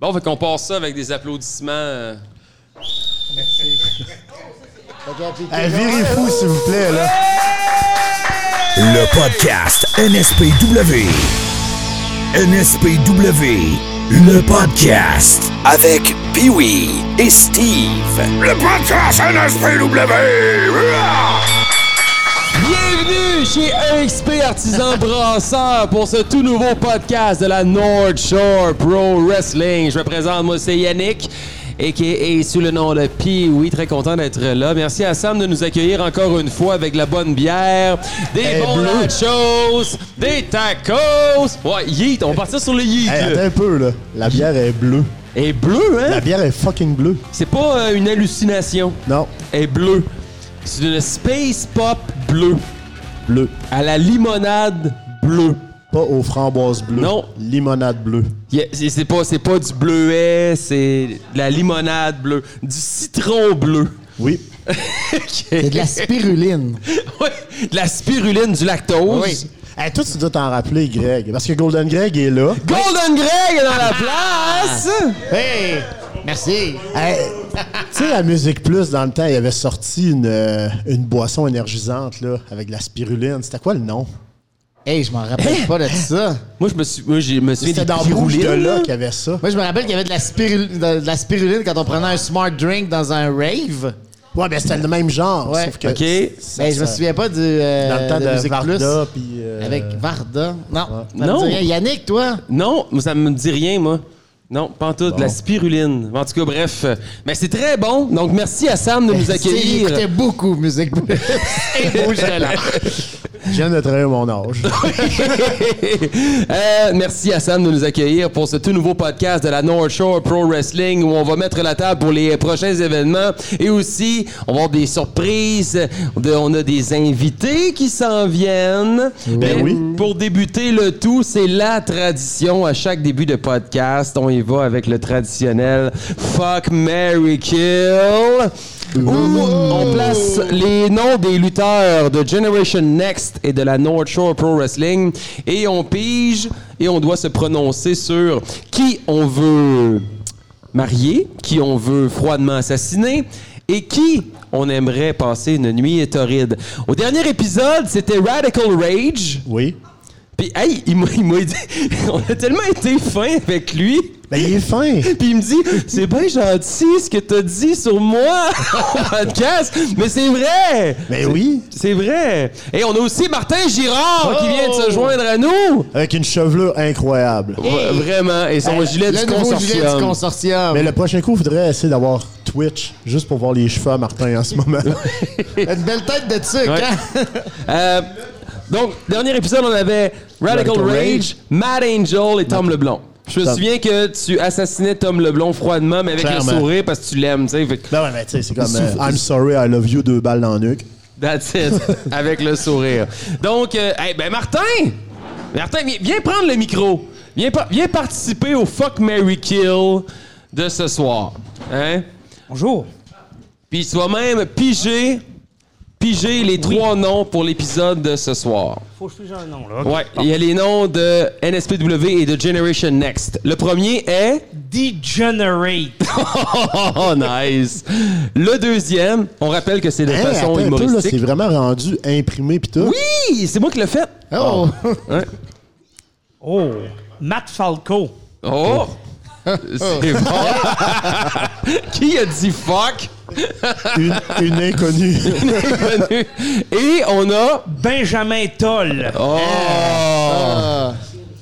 Bon, fait qu'on passe ça avec des applaudissements. euh, Hey, virez fou, s'il vous plaît, là. Le podcast NSPW. NSPW, le podcast. Avec Pee-Wee et Steve. Le podcast NSPW. Bienvenue chez EXP Artisan Brasseur pour ce tout nouveau podcast de la North Shore Pro Wrestling. Je me présente, moi c'est Yannick. Et qui est sous le nom de Pi, oui, très content d'être là. Merci à Sam de nous accueillir encore une fois avec de la bonne bière, des bons bleu. nachos, des tacos. Ouais, yeet, on va partir sur le yeet. Hey, attends là. un peu, là. La bière est bleue. Et bleu, hein? La bière est fucking bleue. C'est pas euh, une hallucination. Non, est bleue. C'est une space pop bleue. bleue. À la limonade bleue. Pas aux framboises bleues. Non. Limonade bleue. Yeah, c'est c'est pas, c'est pas du bleuet, c'est de la limonade bleue. Du citron bleu. Oui. C'est de la spiruline. Ouais, de la spiruline, du lactose. Hey, toi, tu dois t'en rappeler, Greg. Parce que Golden Greg est là. Golden Greg est dans la Ah! place! Hey! Merci. Hey, tu sais, à Musique Plus, dans le temps, il avait sorti une, euh, une boisson énergisante, là, avec de la spiruline. C'était quoi le nom? Hey, je m'en rappelle pas de ça. Moi, je me suis, moi, j'ai- me souviens des C'était dans Rouge de pirulines, là là. qu'il y avait ça. Moi, je me rappelle qu'il y avait de la, spiru- de- de la spiruline quand on prenait un smart drink dans un rave. Ouais, ben c'était le même genre, Ouais. sauf que... OK. ça- Mais je me ça- souviens pas du. euh, Dans le temps de, Musique Varda, Plus. puis... euh, Avec Varda. Non. ça me Non. dit rien. Yannick, toi? Non, moi, ça me dit rien, moi. Non, pas en tout, de la spiruline. En tout cas, bref. euh, Mais c'est très bon. Donc, merci à Sam de nous accueillir. J'écoutais beaucoup Musique Plus. Et Rouge de l'or. Je viens de trahir mon âge. Euh, merci à Sam de nous accueillir pour ce tout nouveau podcast de la North Shore Pro Wrestling où on va mettre la table pour les prochains événements et aussi on va avoir des surprises. De- on a des invités qui s'en viennent. Ben Mais oui. Pour débuter le tout, c'est la tradition. À chaque début de podcast, on y va avec le traditionnel Fuck Mary Kill. Où on place les noms des lutteurs de Generation Next et de la North Shore Pro Wrestling et on pige et on doit se prononcer sur qui on veut marier, qui on veut froidement assassiner et qui on aimerait passer une nuit torride. Au dernier épisode, c'était Radical Rage. Oui. Puis, hey, il m'a, il m'a dit, on a tellement été fin avec lui. Ben, il est fin. Puis il me dit, c'est bien gentil ce que t'as dit sur moi au podcast, mais c'est vrai! Ben oui. C'est vrai! Et on a aussi Martin Girard qui vient de Oh! se joindre à nous! Avec une chevelure incroyable. V- Vraiment, et Euh, son gilet Le du nouveau gilet du consortium. consortium. Mais le prochain coup, il faudrait essayer d'avoir Twitch, juste pour voir les cheveux à Martin en ce moment. Une belle tête de tuc, Ouais. hein? Euh, donc, dernier épisode, on avait Radical, Radical Rage, Rage, Mad Angel et Tom Leblond. Je me Tom. souviens que tu assassinais Tom Leblond froidement, mais avec le Clairement. sourire parce que tu l'aimes, tu sais. Fait que- ben ouais, mais tu sais, c'est comme euh, Souffle- I'm sorry, I love you, deux balles dans la nuque. That's it. Avec le sourire. Donc, euh, hey, ben Martin! Martin, viens, viens prendre le micro. Viens, par- viens participer au Fuck Mary Kill de ce soir. Hein? Bonjour. Puis tu vas même piger, piger les trois noms pour l'épisode de ce soir. Faut que je pige un nom, là. Ouais, il y a les noms de NSPW et de Generation Next. Le premier est. Degenerate. Oh, nice! Le deuxième, on rappelle que c'est de Hey, façon Hein, attends un peu, là, c'est humoristique. vraiment rendu imprimé pis tout. oui! C'est moi qui l'ai fait! Oh! Hein? Oh. Matt Falco. Oh! C'est bon! Qui a dit fuck? Une, une inconnue. Bienvenue. Et on a. Benjamin Toll. Oh! Ah.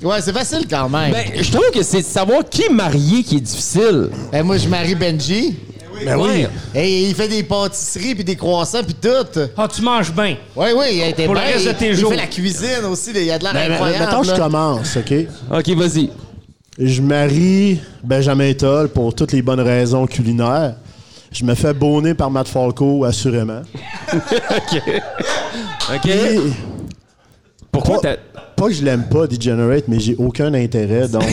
Ouais, c'est facile quand même. Ben, je trouve que c'est de savoir qui marier qui est difficile. Ben, moi, je marie Benji. Ben oui! Et il fait des pâtisseries, puis des croissants, puis tout. Ah, tu manges bien. Oui, oui, il était Pour le bien. reste de Il- tes il jours. fait la cuisine aussi, il y a de l'air Ben, ben, incroyable. mettons, je là. commence, OK? Ok, vas-y. Je marie Benjamin Toll pour toutes les bonnes raisons culinaires. Je me fais bonner par Matt Falco, assurément. Ok? Et Pourquoi t'as. pas que je l'aime pas, Degenerate, mais j'ai aucun intérêt, donc...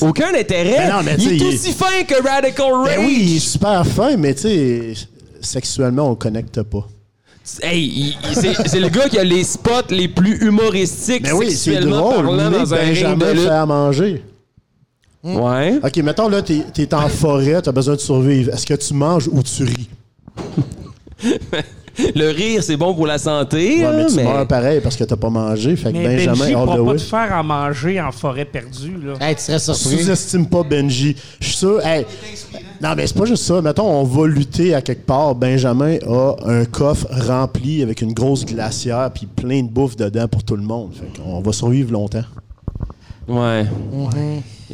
Aucun intérêt? Ben non, mais tu il est sais, il- aussi fin que Radical Rage! Ben oui, il est super fin, mais tu sais, sexuellement, on connecte pas. Hey, il- il- c'est c'est le gars qui a les spots les plus humoristiques Mais Ben oui, c'est sexuellement drôle, parlant mais dans un ring de Benjamin lutte. fait à manger. Ouais. OK, mettons, là, t'es es en forêt, t'as besoin de survivre. Est-ce que tu manges ou tu ris? Le rire, c'est bon pour la santé. Ouais, mais hein, tu mais- meurs pareil parce que t'as pas mangé. Fait que Mais Benjamin, Benji all the pourra pas way. te faire à manger en forêt perdue, là. Hey, tu serais surpris. Sous-estime pas Benji. Je suis sûr. hey, non, mais c'est pas juste ça. Mettons, on va lutter à quelque part. Benjamin a un coffre rempli avec une grosse glacière puis plein de bouffe dedans pour tout le monde. Fait qu'on va survivre longtemps. Ouais.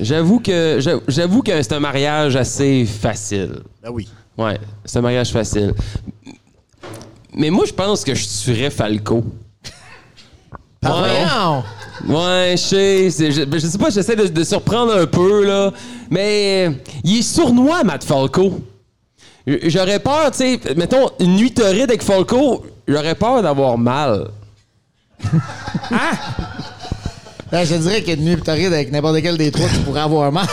J'avoue que j'avoue- j'avoue que c'est un mariage assez facile. Ben oui. Ouais, c'est un mariage facile. Mais moi, je pense que je tuerais Falco. Ouais, Voyons! ouais, je sais. c'est- Je, je sais pas, j'essaie de, de surprendre un peu, là. Mais il est sournois, Matt Falco. J- J'aurais peur, tu sais, mettons, une nuit torride avec Falco, j'aurais peur d'avoir mal. Ben, je dirais qu'il y a une nuit torride avec n'importe quel des trois, tu pourrais avoir mal.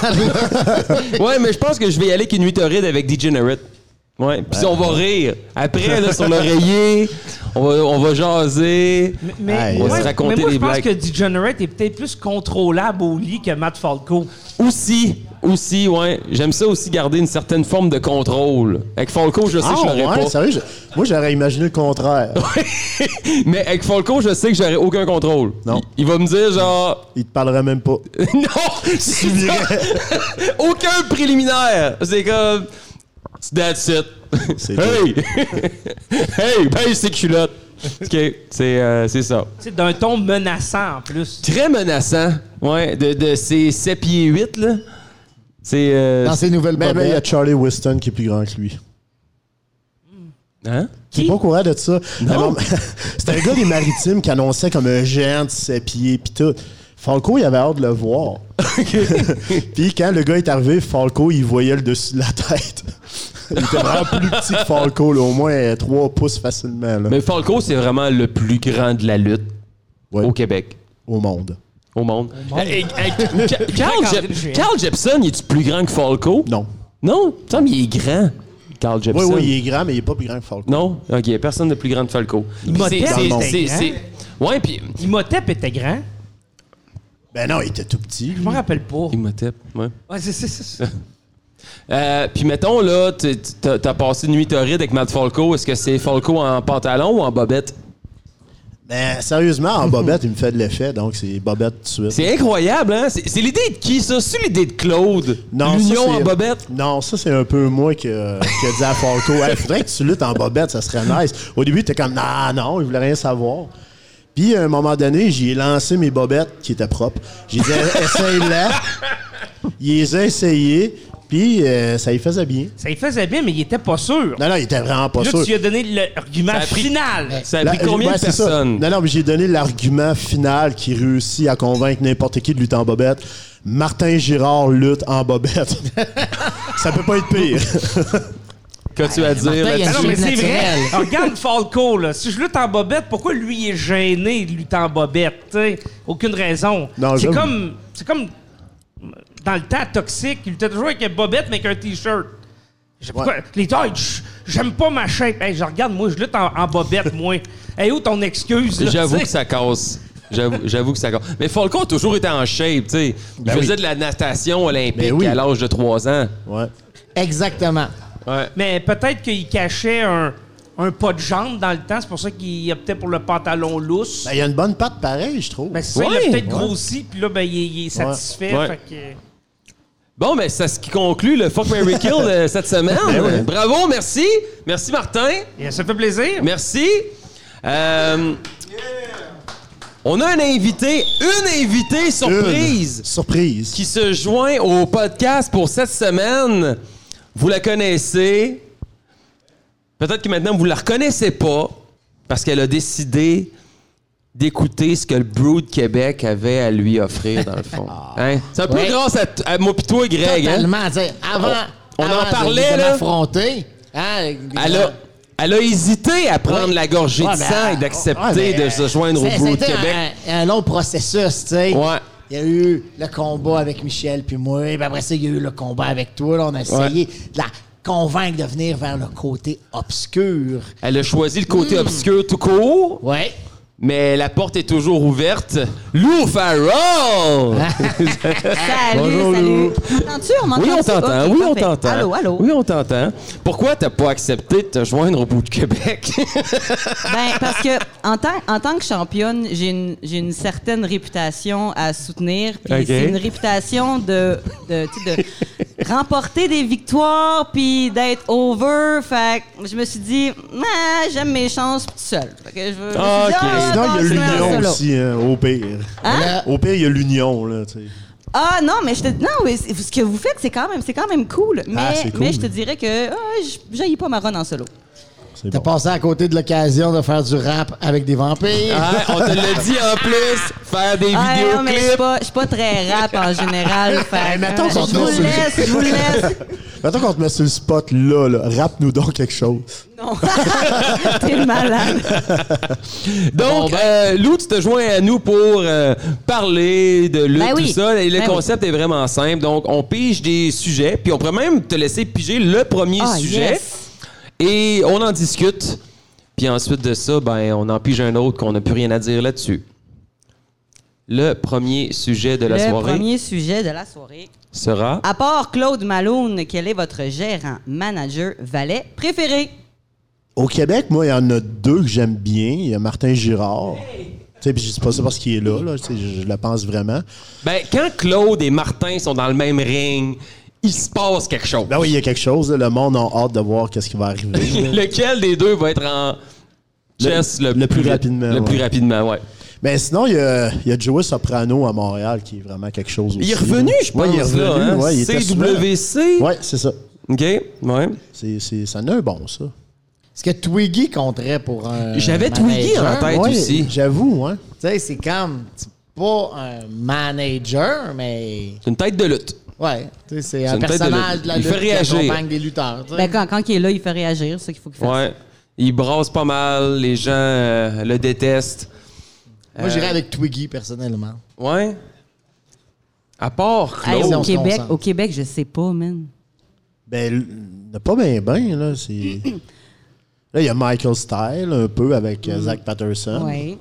Ouais, mais je pense que je vais y aller avec une nuit torride avec Degenerate. Ouais, puis on va rire. Après, là, sur l'oreiller, on va, on va jaser. Mais, mais- Aïe. ouais, On va se raconter mais moi, des je pense blagues. que Degenerate est peut-être plus contrôlable au lit que Matt Falco. Aussi, aussi, ouais. J'aime ça aussi garder une certaine forme de contrôle. Avec Falco, je sais que je Ah, l'aurais ouais, pas. sérieux, je- moi, j'aurais imaginé le contraire. Mais avec Falco, je sais que j'aurais aucun contrôle. Non. Il, il va me dire genre. Il te parlerait même pas. non! c'est ça. aucun préliminaire! C'est comme. That's it. C'est hey! hey, ben ses culottes! OK, c'est euh, c'est ça. C'est d'un ton menaçant en plus. Très menaçant, ouais, de, de ses 7 pieds 8, là. C'est. euh, Dans ses nouvelles Ben, ben, il y a bobettes. Charlie Winston qui est plus grand que lui. hein? T'es pas au courant de ça? Alors, C'était un gars des maritimes qui annonçait comme un géant de ses pieds pis tout. Falco, il avait hâte de le voir. puis quand le gars est arrivé, Falco, il voyait le dessus de la tête. il était vraiment plus petit que Falco, là, au moins euh, trois pouces facilement là, Mais Falco, c'est vraiment le plus grand de la lutte Ouais. au Québec. au monde. Au monde. Hey, hey, hey, Ca- Carl, Jacques-André Jep- Duchet. Carl Jepson, il est plus grand que Falco? Non. Non? Il me semble qu'il est grand, Carl Oui, Jepson. oui, il est grand, mais il est pas plus grand que Falco. Non? OK, personne de plus grand que Falco. Imhotep C'est- c'est- dans le c'est- monde. c'est- Ouais, puis... Imhotep était grand. Ben non, il était tout petit. Je me rappelle pas. Imhotep, ouais. Ouais, c'est- c'est- c'est- Euh, puis mettons, là, tu- tu- t'as t'as passé une nuit torride avec Matt Falco. Est-ce que c'est Falco en pantalon ou en bobette? Ben sérieusement, en bobette, il me fait de l'effet, donc c'est bobette tout de suite. C'est incroyable, hein? C'est c'est l'idée de qui, ça? C'est l'idée de Claude? ça, L'union c'est- en bobette? Non, ça, c'est un peu moi qui, euh, qui a dit à Falco, hey, faudrait que tu luttes en bobette, ça serait nice. Au début, t'es comme, non, non, il voulait rien savoir. Puis, à un moment donné, j'ai lancé mes bobettes qui étaient propres. J'ai dit, essaye-la. Il les a essayées, puis euh, ça y faisait bien. Ça lui faisait bien, mais il était pas sûr. Non, non, il était vraiment pas là, sûr. tu lui as donné l'argument Ça a pris- final. Ça a La- pris combien ouais, de c'est ça. personnes? Non, non, mais j'ai donné l'argument final qui réussit à convaincre n'importe qui de lutter en bobette. Martin Girard lutte en bobette. ça peut pas être pire. Que tu as à dire Martin, il y a Ah là-dessus? non, mais c'est vrai. Ah, Naturel. Regarde Falco, là. Si je lutte en bobette, pourquoi lui il est gêné de lutter en bobette? t'sais? Aucune raison. Non, C'est j'avoue. comme. C'est comme. Dans le temps toxique, il luttait toujours avec une bobette, mais avec un t-shirt. Je- Pourquoi? Les gars, j- j'aime pas ma shape. Hey, je regarde, moi, je lutte en, en bobette, moi. Hey, où ton excuse? là, J'avoue t'sais? que ça casse. J'avoue j'avoue que ça casse. Mais Falco a toujours été en shape, tu sais. Il faisait de la natation olympique Ben oui. à l'âge de 3 ans. Ouais. Exactement. Ouais. Mais peut-être qu'il cachait un, un pas de jambe dans le temps. C'est pour ça qu'il optait pour le pantalon lousse. Ben, il y a une bonne patte pareille, je trouve. Ben, c'est ça, Ouais. il a peut-être Ouais. grossi, puis là, ben, il, est- il est satisfait. Ouais. fait que- Bon, ben, c'est ce qui conclut le Fuck Mary Kill de cette semaine. ouais. Bravo, merci. Merci, Martin. Et ça fait plaisir. Merci. Euh, On a un invité, une invitée Une surprise. Surprise. qui se joint au podcast pour cette semaine. Vous la connaissez. Peut-être que maintenant vous la reconnaissez pas parce qu'elle a décidé d'écouter ce que le Brood Québec avait à lui offrir dans le fond. Hein? C'est un peu Ah. Ouais. grâce à, t- à moi pis toi, Greg. hein? Totalement. tu sais, Avant, On- on en avant de- parlait, de là. m'affronter, hein, Elle a, elle a hésité à prendre Ouais. la gorgée Ouais, de ben, sang et ah, d'accepter ouais, ben, de se joindre au c'est- Brood C'était Québec. un, un long processus, tu sais. Ouais. Il y a eu le combat avec Michel puis moi, puis après ça, il y a eu le combat avec toi. là. on a essayé de la convaincre de venir vers le côté obscur. Hmm. Elle a choisi le côté obscur tout court. Ouais. Mais la porte est toujours ouverte. Lou Farrell! Salut, Bonjour, Lou. salut. T'entends-tu? On m'entend Oui, on t'entend. oui, on t'entend. Allô, allô. Oui, on t'entend. Pourquoi t'as pas accepté de te joindre au bout de Québec? Ben, parce que en tant, en tant que championne, j'ai une, j'ai une certaine réputation à soutenir. Puis Ok. c'est une réputation de, de, tu sais, de remporter des victoires, puis d'être over. Fait que je me suis dit, Ah, j'aime mes chances toute seule. Fait que je, je me suis dit, Ah, ok. Ah, Sinon, il y a passe-moi un l'union solo. aussi, hein, au pire. Hein? Au pire, il y a l'union, là, tu sais. Ah non, mais je te non, mais c'est- ce que vous faites, c'est quand même, c'est quand même cool. Mais, Ah, c'est cool. mais je te dirais que ah, je j'aille pas ma run en solo. C'est T'as bon. passé à côté de l'occasion de faire du rap avec des vampires. Ah, on te l'a dit en plus, faire des Ah, non, mais je suis vidéoclips. pas, je suis pas très rap en général. fait Eh, que, mettons euh, qu'on je vous te lance- laisse, je vous laisse. Mettons qu'on te met sur le spot, là, là. Rappe-nous donc quelque chose. Non, t'es malade. Donc, euh, Lou, tu te joins à nous pour euh, parler de lutte, Ben oui. tout ça. Et le Ben concept est vraiment simple. Donc, on pige des sujets, puis on pourrait même te laisser piger le premier Ah, sujet. yes. Et on en discute. Puis ensuite de ça, ben, on en pige un autre qu'on n'a plus rien à dire là-dessus. Le premier sujet de la Le soirée premier sujet de la soirée. sera... À part Claude Malone, quel est votre gérant, manager, valet préféré? Au Québec, moi, il y en a deux que j'aime bien. Il y a Martin Girard. Tu sais, puis je dis pas ça parce qu'il est là, là. Tu sais, je, je le pense vraiment. Ben, quand Claude et Martin sont dans le même ring, il se passe quelque chose. Ben oui, il y a quelque chose, là. Le monde a hâte de voir qu'est-ce qui va arriver. là. Lequel des deux va être en chess le, le plus rapidement, Le ouais. plus rapidement, ouais. Mais sinon, il y a, il y a Joey Soprano à Montréal qui est vraiment quelque chose aussi. Il est revenu, je pense. Ouais, il est revenu, là, hein? ouais, il était souvent. CWC. Ouais, c'est ça. OK, ouais. C'est, c'est, ça en a un bon, ça. Est-ce que Twiggy compterait pour un. J'avais Twiggy en manager? tête Ouais, aussi. J'avoue, hein. Tu sais, c'est comme. c'est Pas un manager, mais. C'est une tête de lutte. Ouais. Tu sais, c'est C'est un une tête de personnage lutte. de la Il lutte fait réagir. qui accompagne des lutteurs. tu sais. Ben, quand, quand il est là, il fait réagir, c'est ça qu'il faut qu'il fasse. Ouais. Il brasse pas mal, les gens euh, le détestent. Ben, Moi, Euh. j'irais avec Twiggy, personnellement. Ouais. À part Hey, Claude. si au, on se Québec, concentre. au Québec, je sais pas, man. Ben, l- n'a pas bien, bien, là. C'est... Là, il y a Michael Style, un peu, avec euh, Zach Ah. Patterson. Mm. Ouais.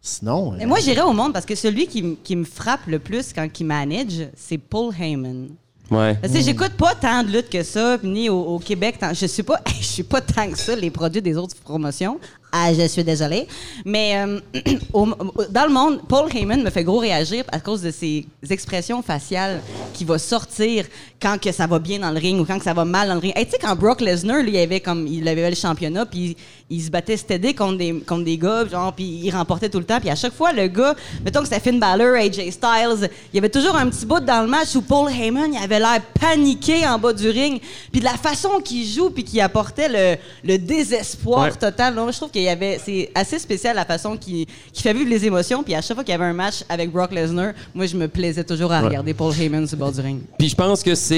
Sinon. Mais euh, moi, j'irais au monde parce que celui qui, m- qui me frappe le plus quand il manage, c'est Paul Heyman. Ouais. Parce que j'écoute pas tant de lutte que ça, puis ni au, au Québec. tant- je suis pas, je suis pas tant que ça les produits des autres promotions. Ah, je suis désolée. Mais euh, au- au- dans le monde, Paul Heyman me fait gros réagir à cause de ses expressions faciales qui va sortir quand que ça va bien dans le ring ou quand que ça va mal dans le ring. Hey, tu sais quand Brock Lesnar, lui, il avait comme il avait le championnat puis il, il se battait stédé contre des contre des gars, genre puis il remportait tout le temps puis à chaque fois le gars, mettons que c'était Finn Balor, AJ Styles, il y avait toujours un petit bout dans le match où Paul Heyman, il avait l'air paniqué en bas du ring, puis de la façon qu'il joue puis qu'il apportait le, le désespoir Ouais. total. Non, je trouve qu'il y avait c'est assez spécial la façon qu'il qu'il fait vivre les émotions puis à chaque fois qu'il y avait un match avec Brock Lesnar, moi je me plaisais toujours à regarder Paul Heyman sur le bord du ring. Puis je pense que c'est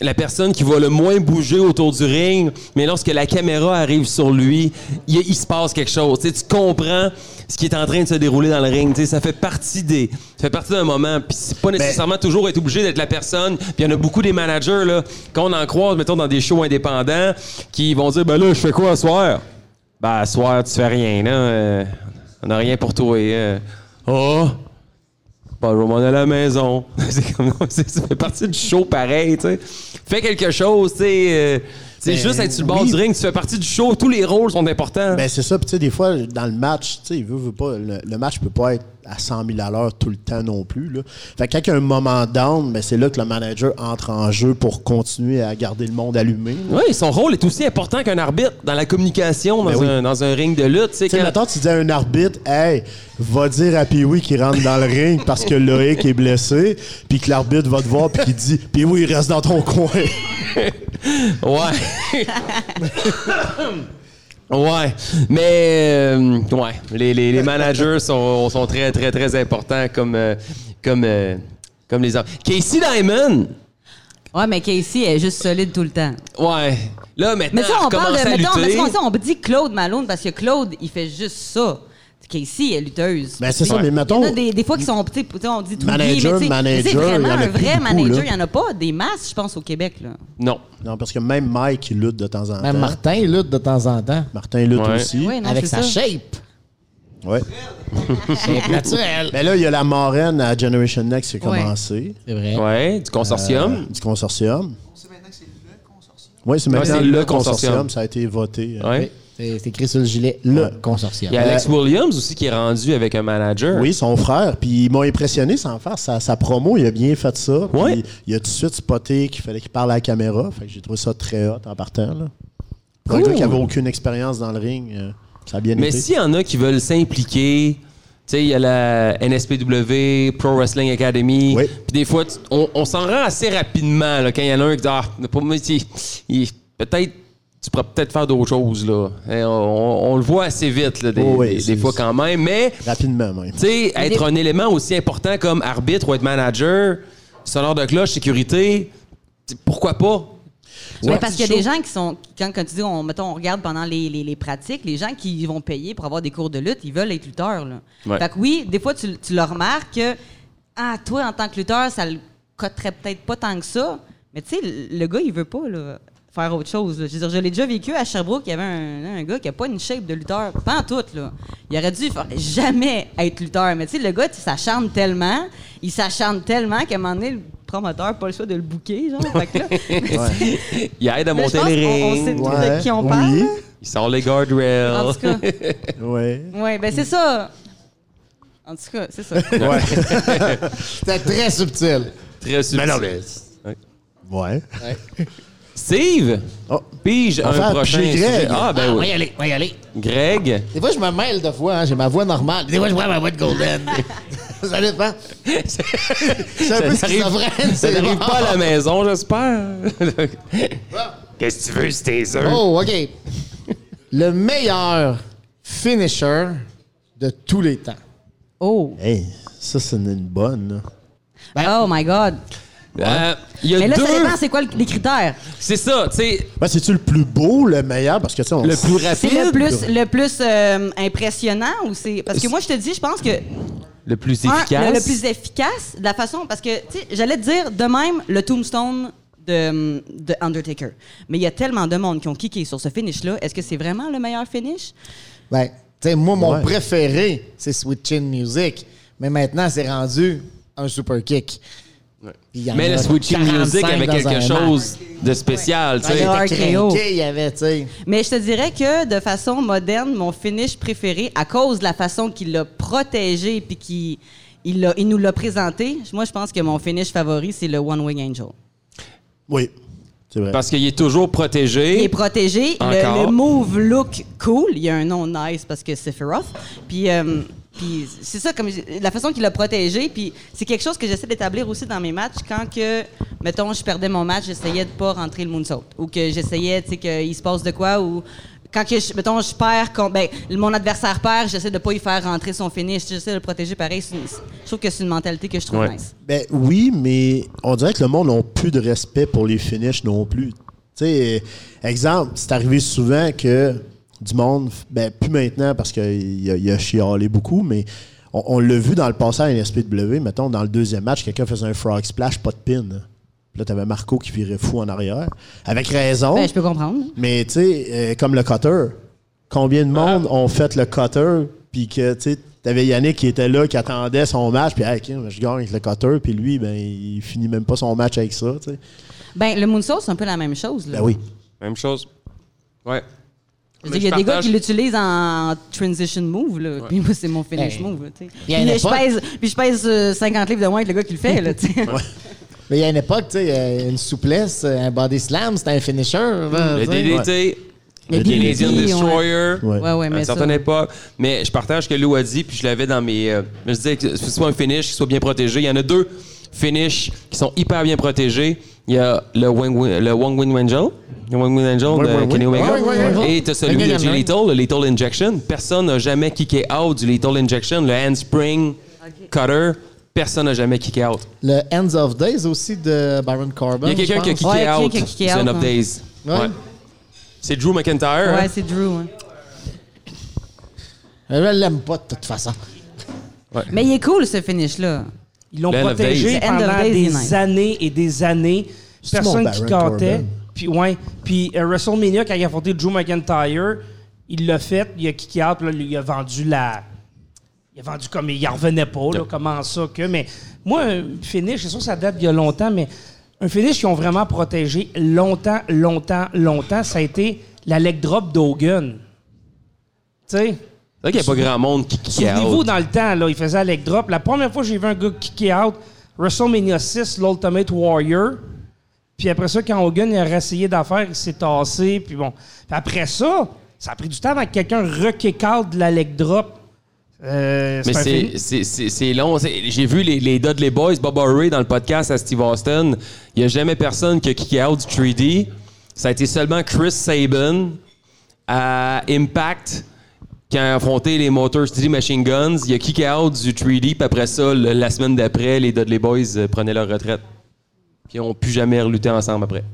la personne qui va le moins bouger autour du ring, mais lorsque la caméra arrive sur lui, il, il se passe quelque chose. Tu sais, tu comprends ce qui est en train de se dérouler dans le ring. Tu sais, ça fait partie des, ça fait partie d'un moment. Puis c'est pas nécessairement toujours être obligé d'être la personne. Puis il y en a beaucoup des managers là qu'on en croise, mettons dans des shows indépendants, qui vont dire ben là je fais quoi à soir Ben à soir tu fais rien là, euh, on a rien pour toi. Et, euh, oh bah, je vais m'en aller à la maison. c'est comme, c'est- ça fait partie du show pareil, tu sais. Fais quelque chose, tu sais. euh, c'est Ben, juste être sur le bord oui. du ring, tu fais partie du show, tous les rôles sont importants. Ben, c'est ça. Puis, tu sais, des fois, dans le match, tu sais, il veut, veut pas, le, le match peut pas être à 100 000 à l'heure tout le temps non plus. Là. Fait que quand il y a un moment down, ben, c'est là que le manager entre en jeu pour continuer à garder le monde allumé. là. oui, son rôle est aussi important qu'un arbitre dans la communication, dans, Ben oui. un, dans un ring de lutte. Tu sais, Tu sais, quand- mettons, tu dis à un arbitre, hey, va dire à Pee-Wee qu'il rentre dans le ring parce que Loïc est blessé, puis que l'arbitre va te voir, puis qu'il dit, Pee-Wee, il reste dans ton coin. Ouais. ouais. Mais, euh, ouais, les, les- les managers sont, sont très, très, très importants comme, euh, comme, euh, comme les arbitres. Casey Diamond! Ouais, mais Casey est juste solide tout le temps. Ouais. Là, maintenant, Mais ça, on parle de. recommencer à Mettons, lutter. mettons, ça, on dit Claude Malone parce que Claude, il fait juste ça. Casey est lutteuse. Ben, c'est ça, Ouais. mais Il y en mettons. a des, des fois qui sont. tu sais, tu sais, on dit tout Manager, mais tu sais, mais c'est manager, vraiment il y en a un plus vrai beaucoup, manager. là. Il n'y en a pas des masses, je pense, au Québec. Là. Non. Non, parce que même Mike, il lutte de temps en temps. Même Martin lutte de temps en temps. Martin lutte Ouais. aussi. Ouais, non, avec c'est sa ça. shape. Ouais. Naturel. Ben là, il y a la marraine à Generation Next qui a Ouais. commencé, C'est vrai. Ouais, du consortium. du consortium. On sait maintenant Ouais, que c'est c'est le le consortium. Oui, c'est maintenant le consortium. consortium. Ça a été voté. euh. ouais. C'est c'est écrit sur le gilet, le consortium. Il y a Alex Williams aussi qui est rendu avec un manager. Oui, son frère. Puis il m'a impressionné sans faire sa, sa promo. Il a bien fait ça. Puis Ouais. Il a tout de suite spoté qu'il fallait qu'il parle à la caméra. Fait que j'ai trouvé ça très hot en partant. Là. Pour Cool. un gars qui avait aucune expérience dans le ring, euh, ça a bien Mais été. s'il y en a qui veulent s'impliquer, tu sais, il y a la NSPW, Pro Wrestling Academy. Oui. Puis des fois, tu- on, on s'en rend assez rapidement là, quand il y en a un qui dit Ah, pour moi, tu- il- peut-être. Tu pourras peut-être faire d'autres choses, là. Et on, on- on le voit assez vite, là, des, Oh oui, des- des c'est- fois quand même. Mais, Rapidement, même. tu sais, être un élément aussi important comme arbitre ou être manager, sonneur de cloche, sécurité, tu- pourquoi pas? Mais parce qu'il y a des gens qui sont, qui- quand, quand tu dis, on, mettons, on regarde pendant les, les- les pratiques, les gens qui vont payer pour avoir des cours de lutte, ils veulent être lutteurs. Là. Ouais. Fait que oui, des fois, tu, tu le remarques que, ah, toi, en tant que lutteur, ça le coterait peut-être pas tant que ça, mais tu sais, le le gars, il veut pas là, faire autre chose. là. Je veux dire, je l'ai déjà vécu à Sherbrooke, il y avait un, un gars qui a pas une shape de lutteur, pas en tout. Là. Il aurait dû faire- jamais être lutteur, mais tu sais, le gars, tu- il s'acharne tellement, il s'acharne tellement qu'à un moment donné, le promoteur n'a pas le choix de le bouquer, genre. Fait que là, Il aide à Là, je monter pense les qu'on- on rings. sait- Ouais. de qui on parle, Oui. Il sort les guardrails. En tout cas, Ouais. ouais, ben Hmm. c'est ça. En tout cas, c'est ça. C'était très subtil. Très subtil. Ouais. Steve, Oh. pige On un fait appuyer prochain Greg. sujet. Ah, ben Ah, oui. va y aller, va y aller. Greg, Des fois, je me mêle de voix. hein. J'ai ma voix normale. Des fois, je vois ma voix de Golden. ça dépend. C'est un peu schizophrène. ça c'est n'arrive bon. pas à la maison, j'espère. Qu'est-ce que tu veux, c'est tes œufs? Oh, OK. Le meilleur finisher de tous les temps. Oh. Hey, ça, c'est une bonne. là. Oh my God. Euh, Il y a Mais là, ça deux. dépend, c'est quoi le- les critères? C'est ça, tu sais, Ben, C'est-tu le plus beau, le meilleur? Parce que, tu sais, on le plus C'est rapide. le plus, le plus euh, impressionnant ou c'est. Parce que moi, je te dis, je pense que. Le plus un, efficace. le, le plus efficace, de la façon. Parce que, tu sais, j'allais te dire de même le tombstone de, de Undertaker. Mais il y a tellement de monde qui ont kické sur ce finish-là. Est-ce que c'est vraiment le meilleur finish? Ben, tu sais, moi, mon Ouais. préféré, c'est Sweet Chin Music. Mais maintenant, c'est rendu un super kick. Puis il y en Mais a le switching 45 music avait dans un quelque match. chose de spécial, tu Il sais. Ouais. était RKO. craqué, il y avait, tu sais. Mais je te dirais que de façon moderne, mon finish préféré, à cause de la façon qu'il l'a protégé puis qu'il il l'a- il nous l'a présenté, moi je pense que mon finish favori, c'est le One Wing Angel. Oui. C'est vrai. Parce qu'il est toujours protégé. Il est protégé, le, Encore. le move look cool, il y a un nom nice parce que c'est Sephiroth. Puis, euh, puis c'est ça, comme je- la façon qu'il l'a protégé, puis c'est quelque chose que j'essaie d'établir aussi dans mes matchs quand que, mettons, je perdais mon match, j'essayais de pas rentrer le moonsault ou que j'essayais, tu sais, qu'il se passe de quoi ou quand que je, mettons, je perds, con- ben, mon adversaire perd, j'essaie de pas y faire rentrer son finish, j'essaie de le protéger pareil. C'est une- je trouve que c'est une mentalité que je trouve Ouais. nice. Ben oui, mais on dirait que le monde n'a plus de respect pour les finishes non plus. Tu sais, euh, exemple, c'est arrivé souvent que du monde, ben plus maintenant parce qu'il a, il a chialé beaucoup, mais on, on l'a vu dans le passé à NSPW, mettons, dans le deuxième match, quelqu'un faisait un frog splash, pas de pin. Puis Là, t'avais Marco qui virait fou en arrière. Avec raison. Ben, je peux comprendre. Mais tu sais, euh, comme le cutter, combien de Ah. monde ont fait le cutter, puis que tu sais, t'avais Yannick qui était là, qui attendait son match, puis hey, Kim, je gagne avec le cutter, puis lui, ben, il finit même pas son match avec ça, tu sais. Ben, le moonsault, c'est un peu la même chose. là. Ben oui. Même chose. Ouais. Je Mais veux dire, Il y a je des gars partage- qui l'utilisent en transition move, là. Puis moi, c'est mon finish Hey. move, tu sais. y en Puis a je pas. pèse, puis je pèse euh, 50 livres de moins que le gars qui le fait, là, tu sais. Mais il y a une époque, tu sais, euh, une souplesse, euh, un body slam, c'était un finisher. Mm, là, Le tu sais. DDT, le Le Canadian DDT, ouais. Destroyer. Ouais. Ouais, ouais, à mais une ça... certaine époque. Mais je partage ce que Lou a dit, puis je l'avais dans mes. euh, je disais que ce soit un finish qui soit bien protégé. Il y en a deux finish qui sont hyper bien protégés. Il y a le Wang Win, le Wang Win Angel, le Wang Win Angel Wang de Win Kenny Win. Omega. Wang Win Angel. Et t'as celui Wang de Win Jay Angel. Lethal, le Lethal Injection. Personne n'a jamais kické out du Lethal Injection. Le handspring cutter, personne n'a jamais kické out. Le Ends of Days aussi de Baron Corbin. Il y a quelqu'un qui a je pense. kické Ouais, quelqu'un out. qui a kické C'est out, un of hein. days. Ouais. Ouais. C'est Drew McIntyre. hein? Ouais, c'est Drew, hein. Elle l'aime pas de toute façon. Mais il est cool, ce finish-là. Ils l'ont Le end of protégé days. The end of pendant days, des il est nice. années et des années. C'est Personne mon qui Baron comptait. Corbin. Puis, ouais. Puis, euh, WrestleMania, quand il a affronté Drew McIntyre, il l'a fait, il a kické out, puis là, il a vendu la, Il a vendu comme. Il en revenait pas, là, comment ça que. Mais moi, un finish, c'est sûr que ça date d'il y a longtemps, mais un finish qu'ils ont vraiment protégé longtemps, longtemps, longtemps, ça a été la leg drop d'Hogan. Tu sais? C'est vrai qu'il n'y a pas grand monde qui qui Souvenez-vous, out. dans le temps, là, il faisait la leg drop. La première fois que j'ai vu un gars kicker out, WrestleMania 6, l'Ultimate Warrior. Puis après ça, quand Hogan il a essayé d'affaire, il s'est tassé. Puis bon. Puis après ça, ça a pris du temps avant que quelqu'un re-kick out de la leg drop. Euh, Mais un fini- c'est- c'est- c'est c'est long. C'est- J'ai vu les, les Dudley Boys, Bob Ray dans le podcast à Steve Austin. Il n'y a jamais personne qui a kické out du 3D. Ça a été seulement Chris Sabin à Impact qui a affronté les Motors 3D Machine Guns. Il a kické out du 3D, puis après ça, le- la semaine d'après, les Dudley Boys euh, prenaient leur retraite. Puis ils n'ont plus jamais reluté ensemble après.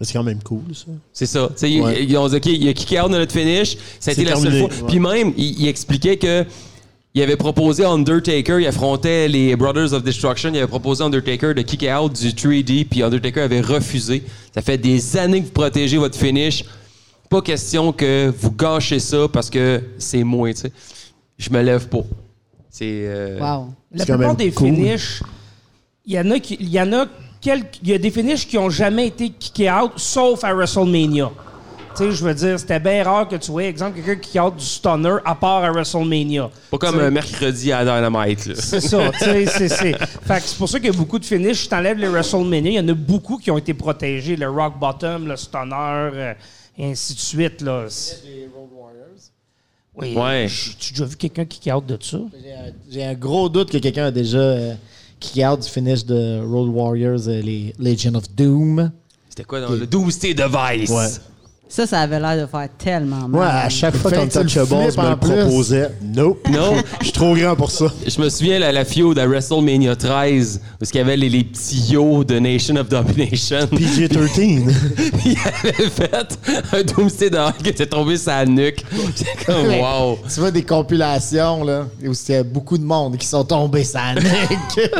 C'est quand même cool, ça. C'est ça. Tu sais, ils- Ouais. Ils ont dit, OK, il a kické out dans notre finish. Ça a C'est été la seule terminé, fois. ouais. Puis même, il, il expliquait que il avait proposé à Undertaker, il affrontait les Brothers of Destruction, il avait proposé à Undertaker de kick out du 3D, puis Undertaker avait refusé. Ça fait des années que vous protégez votre finish. Pas question que vous gâchez ça parce que c'est moi, tu sais. Je me lève pas. C'est. euh, Wow. La C'est quand même plupart des cool. finishes, il y en a qui, il y en a quelques, il y a des finishes qui ont jamais été kickés out, sauf à WrestleMania. Tu sais, je veux dire, c'était bien rare que tu vois, exemple, quelqu'un qui kick out du stunner à part à WrestleMania. Pas comme Tu sais, un mercredi à Dynamite, là. C'est ça, tu sais, c'est, c'est. Fait que c'est pour ça qu'il y a beaucoup de finishes. Je t'enlève les WrestleMania, il y en a beaucoup qui ont été protégés, le Rock Bottom, le Stunner, euh, et ainsi de suite, là. Oui. Ouais. J- Tu as déjà vu quelqu'un qui kick out de ça? J'ai un- J'ai un gros doute que quelqu'un a déjà euh, kické out du finish de Road Warriors, euh, les Legion of Doom. C'était quoi dans le 12T Device? Ouais. Ça, ça avait l'air de faire tellement mal. Moi, à chaque fois Fait qu'on que tu touch le a ball, flippes je me en le plus. proposais. Nope. Non. Je suis trop grand pour ça. Je me souviens la, la FIO de WrestleMania 13, où il y avait les, les petits yo de Nation of Domination. Puis PG-13. il avait fait un Doomsday dehors qui était tombé sa nuque. C'est comme Ouais. wow. Tu vois des compilations, là, où il y a beaucoup de monde qui sont tombés sans nuque.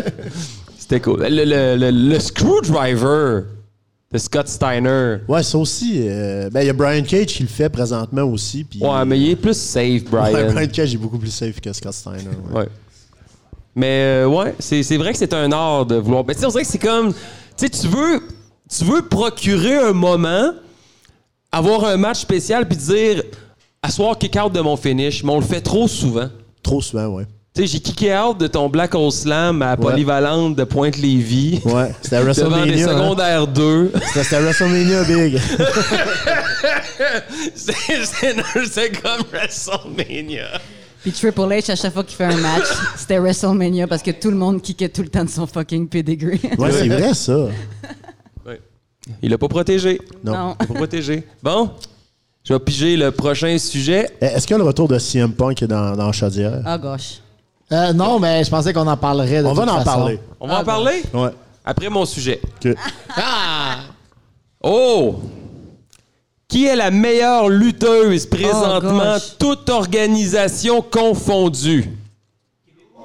C'était cool. Le, le- le- le screwdriver de Scott Steiner. Ouais, ça aussi. euh, ben, il y a Brian Cage qui le fait présentement aussi. puis- Ouais, mais il est plus safe, Brian. Ouais, Brian Cage est beaucoup plus safe que Scott Steiner. ouais. Ouais. Mais euh, ouais, c'est c'est vrai que c'est un art de vouloir. Mais tu sais, on dirait que c'est comme. Tu sais, tu veux, tu veux procurer un moment, avoir un match spécial, puis dire Asseoir kick out de mon finish, mais on le fait trop souvent. Trop souvent, ouais. Tu sais, j'ai kické out de ton Black Hole Slam à Polyvalente de Pointe-Lévis. Ouais, c'était à Devant des WrestleMania. hein. secondaires 2. C'était c'était à WrestleMania, Big. C'est- c'est c'est comme WrestleMania. Puis Triple H, à chaque fois qu'il fait un match, c'était WrestleMania parce que tout le monde kickait tout le temps de son fucking pedigree. Ouais, c'est vrai, ça. Il l'a pas protégé. Non. non. Il l'a pas protégé. Bon, je vais piger le prochain sujet. Eh, Est-ce que le retour de CM Punk est dans, dans Chaudière? Ah, gosh. Euh, non, mais je pensais qu'on en parlerait. De On va toute en façon. parler. On va en parler? Ouais. Après mon sujet. Ok. Oh! Qui est la meilleure lutteuse présentement, Oh, gosh. toute organisation confondue? Oh,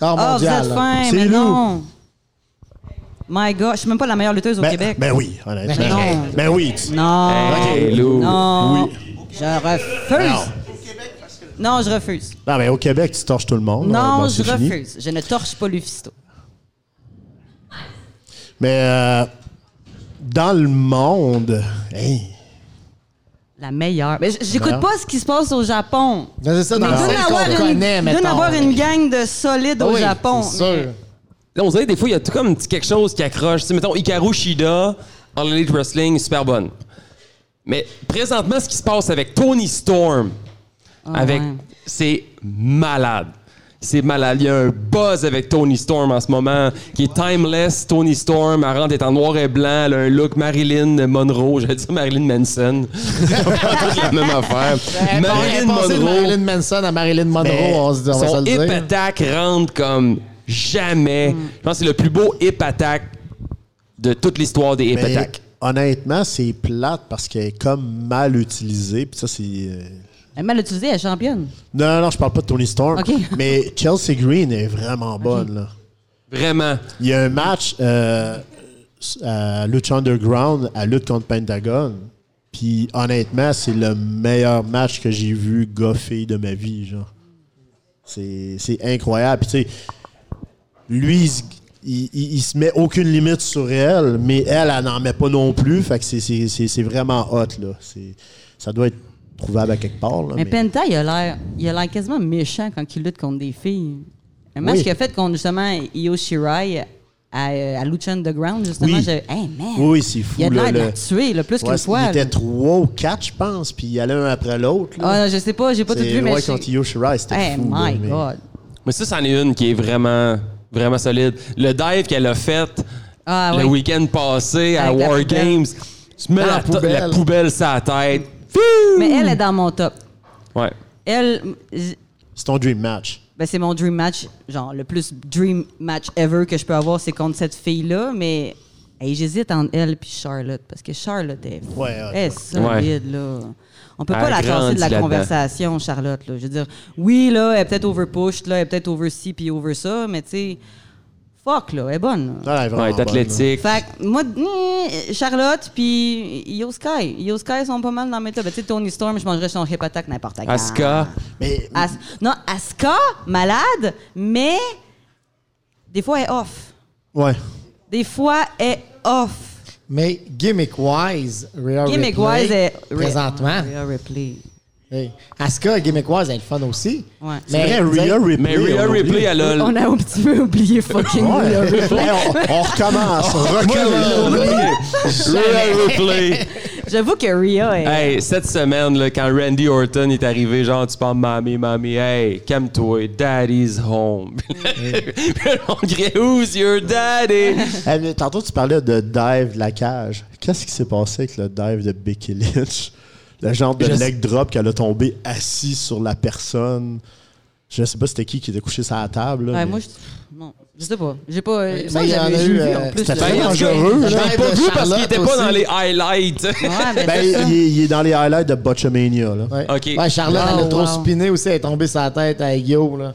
Ah, vous mondial. êtes fin, C'est mais Lou. non. My God, je suis même pas la meilleure lutteuse au Ben, Québec. ben oui, honnêtement. Non. Ben oui. tu- Non. Hey, Lou. Non. Oui. Je refuse. Non, je refuse. Non, mais au Québec, tu torches tout le monde. Non, Bon, je ben, c'est fini. refuse. Je ne torche pas Lufisto. Mais euh, dans le monde, hey, La meilleure. Mais j- j'écoute pas ce qui se passe au Japon. Mais c'est ça, dans Mais Ben, le il doit sens y qu'on avoir une- connaît, il doit y mettons. avoir une gang de solides au Oui, Japon. c'est sûr. Là, on dirait des fois, il y a tout comme un petit quelque chose qui accroche. Tu sais, mettons, Hikaru Shida, en Elite Wrestling, super bonne. Mais présentement, ce qui se passe avec Tony Storm, avec, ouais. c'est malade. C'est malade. Il y a un buzz avec Tony Storm en ce moment, qui est timeless. Tony Storm, elle rentre, elle est en noir et blanc, elle a un look Marilyn Monroe. J'allais dire Marilyn Manson. C'est pas toute la même Ben, affaire. Marilyn Marilyn Monroe. De Monroe. Marilyn Manson à Marilyn Monroe, Mais on, se dit, on va se Son le hip dire. attack rentre comme jamais. Je pense que c'est le plus beau hip attack de toute l'histoire des hip mais attack. honnêtement, c'est plate parce qu'elle est comme mal utilisée. Puis ça, c'est. euh, Elle est mal utilisée, elle est championne. Non, non, je parle pas de Tony Storm. Ok. Mais Chelsea Green est vraiment bonne, là. Vraiment. Il y a un match euh, à Lucha Underground, à lutte contre Pentagon. Puis honnêtement, c'est le meilleur match que j'ai vu goffer de ma vie, genre. C'est c'est incroyable. Puis, tu sais, lui, il se- il, il- il se met aucune limite sur elle, mais elle, elle n'en met pas non plus. Fait que c'est- c'est c'est- c'est vraiment hot, là. C'est- Ça doit être trouvable à quelque part, là, Mais mais- Penta, il a l'air, il a l'air quasiment méchant quand il lutte contre des filles. Le match Oui. qu'il a fait contre justement Io Shirai à, euh, à Lucha Underground, justement, Oui. j'ai. Hey man! Oui, c'est fou, Il a de là, l'air de le- la tuer, là, plus Ouais, qu'une fois. Il était là. trois ou quatre, je pense, puis il y allait un après l'autre. là. Ah, non, je sais pas, j'ai pas tout C'est- vu, mais. ouais, je- contre Io Shirai, c'était Hey, fou, là, my mais- God! Mais ça, c'en est une qui est vraiment, vraiment solide. Le dive qu'elle a fait Ah, le oui. week-end passé à Avec la War poubelle. Games, tu mets Dans la, la to- poubelle. la poubelle sur la tête. Mais elle est dans mon top. Ouais. Elle, j- C'est ton dream match. ben, c'est mon dream match, genre le plus dream match ever que je peux avoir, c'est contre cette fille-là, mais hey, j'hésite entre elle puis Charlotte, parce que Charlotte est, Ouais, ouais, est ouais. solide, là. On peut pas Elle la tasser grandit de la là-dedans. conversation, Charlotte, là. Je veux dire, oui, là, elle est peut-être overpushed, là, elle est peut-être over ci puis over ça, mais tu sais, fuck, là, elle est bonne. là. Ah, elle est vraiment Ouais, elle est bonne, là. athlétique. Fait que moi, mm, Charlotte puis Yo Sky. Yo Sky sont pas mal dans mes tops. Ben, Tu sais, Tony Storm, je mangerais son hip attack n'importe quand. Euh, Asuka. Ah. Mais As- non, Asuka, malade, mais des fois elle est off. ouais. Des fois elle est off. Mais gimmick-wise, Rhea Gimmick Ripley, wise, elle présentement, Rhea Ripley. oui. Asuka, gimmick-wise, elle est le fun aussi. Ouais. C'est vrai, dire- Rhea Ripley. Mais Rhea on oublie. Ripley, elle a. On a un petit peu oublié fucking Ouais. Rhea Ripley. Ouais, on, on recommence, on recommence. Rhea Ripley. J'avoue que Rhea est. Hey, cette semaine, là, quand Randy Orton est arrivé, genre, tu parles, Mamie, Mamie, hey, calme-toi, daddy's home. Puis là, on criait, Who's your daddy? Eh, mais tantôt, tu parlais de dive de la cage. Qu'est-ce qui s'est passé avec le dive de Becky Lynch? Le genre de Je sais- leg drop qu'elle a tombé assis sur la personne. Je sais pas c'était qui qui était couché sur la table. là, Ouais, mais- moi, je... Non, je sais pas. J'ai pas. Mais ça, il y en j'avais a j'ai eu, vu euh, en plus. c'était le- bien Ben, en tout cas, dangereux, Je là. l'ai pas De vu parce qu'il Charlotte était pas dans aussi. les highlights. Ouais, mais Ben, c'est ça. il, est- il est dans les highlights de Botchamania. Là. Ouais. OK. Ouais, Charlotte, elle Oh, a trop wow. spiné aussi, elle est tombée sur la tête à Yo, là.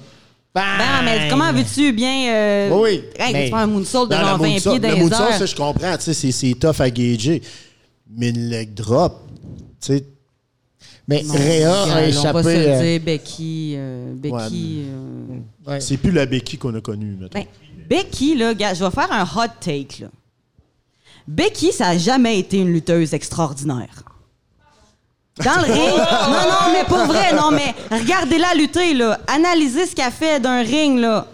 Bang! Ben, mais comment veux-tu bien. euh, Oui, Hey, mais- tu fais un moonsault de Non, genre le 20 moonsault- pieds dans le les moonsault, airs. ça, je comprends. tu sais, C'est c'est tough à gager. Mais le leg drop, tu sais, Mais Mon euh, Rhea Dieu, a allons pas se échappé. le euh, dire, Becky. euh, Becky. euh, ouais. c'est plus la Becky qu'on a connue. mettons. Ben, Becky, là, gars, je vais faire un hot take, là. Becky, ça a jamais été une lutteuse extraordinaire. Dans le ring. Non, non, mais pour vrai, non, mais regardez-la lutter, là. Analysez ce qu'elle fait d'un ring, là.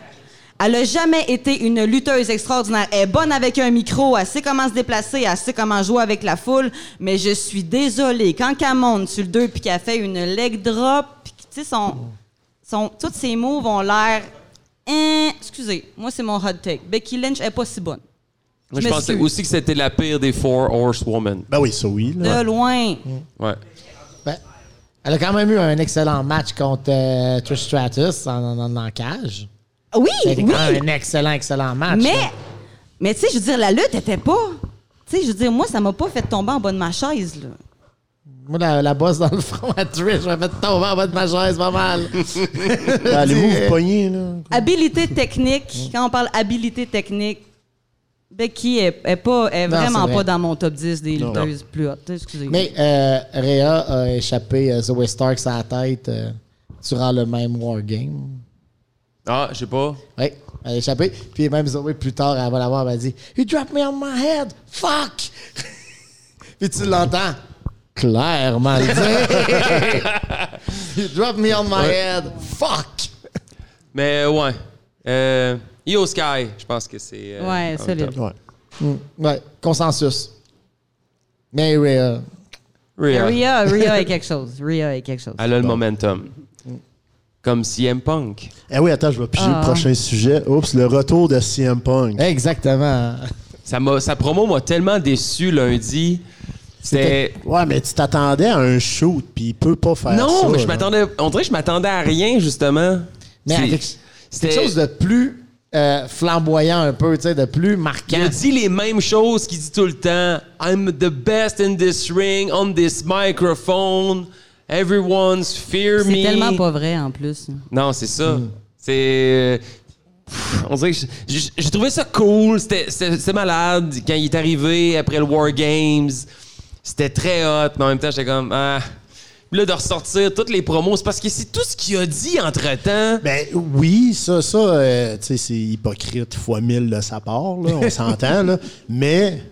Elle a jamais été une lutteuse extraordinaire. Elle est bonne avec un micro, elle sait comment se déplacer, elle sait comment jouer avec la foule, mais je suis désolée. Quand elle monte sur le 2 puis qu'elle fait une leg drop, puis que, tu sais, son, son, toutes ses moves ont l'air. Hein, excusez, moi, c'est mon hot take. Becky Lynch est pas si bonne. Moi, je pensais m'excuse. aussi que c'était la pire des Four Horsewomen. Ben oui, ça oui. De là. loin. Ouais. Ben, elle a quand même eu un excellent match contre euh, Trish Stratus en, en, en- en cage. Oui, C'était oui. quand même un excellent, excellent match. Mais, là. mais tu sais, je veux dire, la lutte était pas. Tu sais, je veux dire, moi, ça m'a pas fait tomber en bas de ma chaise, là. Moi, la, la bosse dans le front à Trish m'a fait tomber en bas de ma chaise pas mal. Ben, Allez-vous vous pogner? Là? Habilité technique, quand on parle habilité technique, Becky est, est pas, est Non, vraiment c'est vrai. pas dans mon top 10 des lutteuses plus hautes. Excusez. Mais euh, Rhea a échappé euh, Zoe Stark à la tête euh, durant le même Wargame. Ah, je sais pas. Oui, elle a échappé. Puis même Zoé, plus tard, elle va la voir, elle va dire You dropped me on my head! Fuck! Puis tu l'entends clairement le dire. you dropped me on my head! Fuck! Mais ouais. Euh, Io Sky, je pense que c'est. euh, Ouais, en solide. top. Ouais. Ouais, consensus. Mais euh, Rhea. Rhea. Rhea, Rhea est quelque chose. Rhea est quelque chose. Elle a le momentum. Comme CM Punk. Eh oui, attends, je vais piger Ah. le prochain sujet. Oups, le retour de CM Punk. Exactement. Ça m'a- sa promo m'a tellement déçu lundi. C'était. Ouais, mais tu t'attendais à un shoot, puis il peut pas faire ça. Non, mais je là. m'attendais. On dirait que je m'attendais à rien, justement. C'est- Mais avec quelque c'était- chose de plus euh, flamboyant un peu, tu sais, de plus Il marquant. a dit les mêmes choses qu'il dit tout le temps. I'm the best in this ring, on this microphone. Everyone's fear me. C'est tellement pas vrai en plus. Non, c'est ça. C'est. Pff, On dirait que je- je- j'ai trouvé ça cool. C'était- C'était c'était malade quand il est arrivé après le War Games. C'était très hot, mais en même temps, j'étais comme. Ah, Puis là, de ressortir toutes les promos, c'est parce que c'est tout ce qu'il a dit entre-temps. Ben oui, ça, ça, euh, tu sais, c'est hypocrite fois mille de sa part, là, on s'entend, là. Mais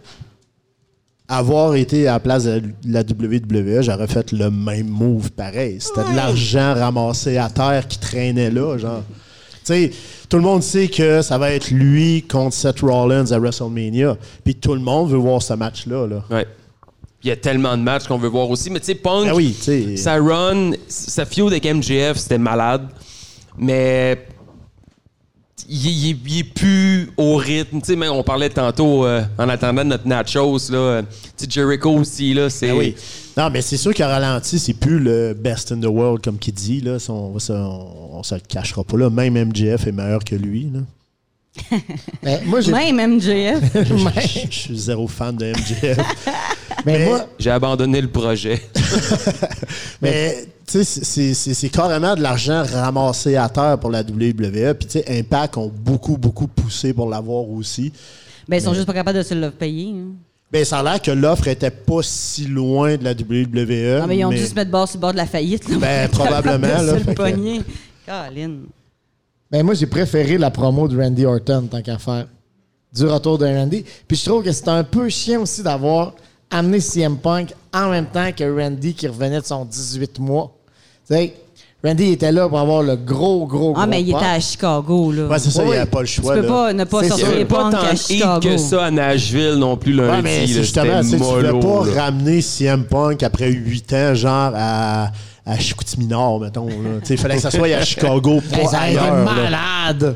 avoir été à la place de la WWE, j'aurais fait le même move pareil. C'était de l'argent ramassé à terre qui traînait là, genre. Tu sais, tout le monde sait que ça va être lui contre Seth Rollins à WrestleMania. Puis tout le monde veut voir ce match-là, là. Ouais. Il y a tellement de matchs qu'on veut voir aussi. Mais tu sais, Punk, Ben oui, tu sais. sa run, sa feud avec MJF, c'était malade. Mais il, est- il est- il est plus au rythme. Tu sais, même on parlait tantôt, euh, en attendant notre nachos, là, euh, tu sais, Jericho aussi, là, c'est... Ben oui. Non, mais c'est sûr qu'à ralenti, c'est plus le best in the world, comme qu'il dit. Là. Ça, on, ça, on- on se le cachera pas. Là. Même MJF est meilleur que lui. là. Mais moi, j'ai. Même MJF. Je, je- je suis zéro fan de MJF. Mais, moi, J'ai abandonné le projet. mais tu sais, c'est- c'est- c'est c'est carrément de l'argent ramassé à terre pour la WWE. Puis tu sais, Impact ont beaucoup, beaucoup poussé pour l'avoir aussi. Ben, ils sont juste pas capables de se le payer. hein. Ben, ça a l'air que l'offre était pas si loin de la E, WWE. Ah, mais ils ont dû se mettre bord sur le bord de la faillite. là, Ben, pour être capable probablement, De là, se fait le que- pogner. Caroline. mais Ben, moi, j'ai préféré la promo de Randy Orton, tant qu'à faire. Du retour de Randy. Puis je trouve que c'était un peu chiant aussi d'avoir amené CM Punk en même temps que Randy qui revenait de son 18 mois. Tu sais, Randy était là pour avoir le gros, gros, gros. Ah, mais il était pop. à Chicago, là. Ouais, c'est ça, il n'y a Oui. pas le tu choix. peux là. pas ne pas Il C'est y sortir avait les pas punks tant à de Chicago. heat que ça à Nashville non plus lundi. Ouais, mais là, c'est justement, c'était tu sais, tu voulais mollo, pas là. ramener CM Punk après 8 ans, genre à, à Chicoutimi Nord, mettons. Il fallait que ça soit à Chicago, Hey, pas ça a été ailleurs. là. malade!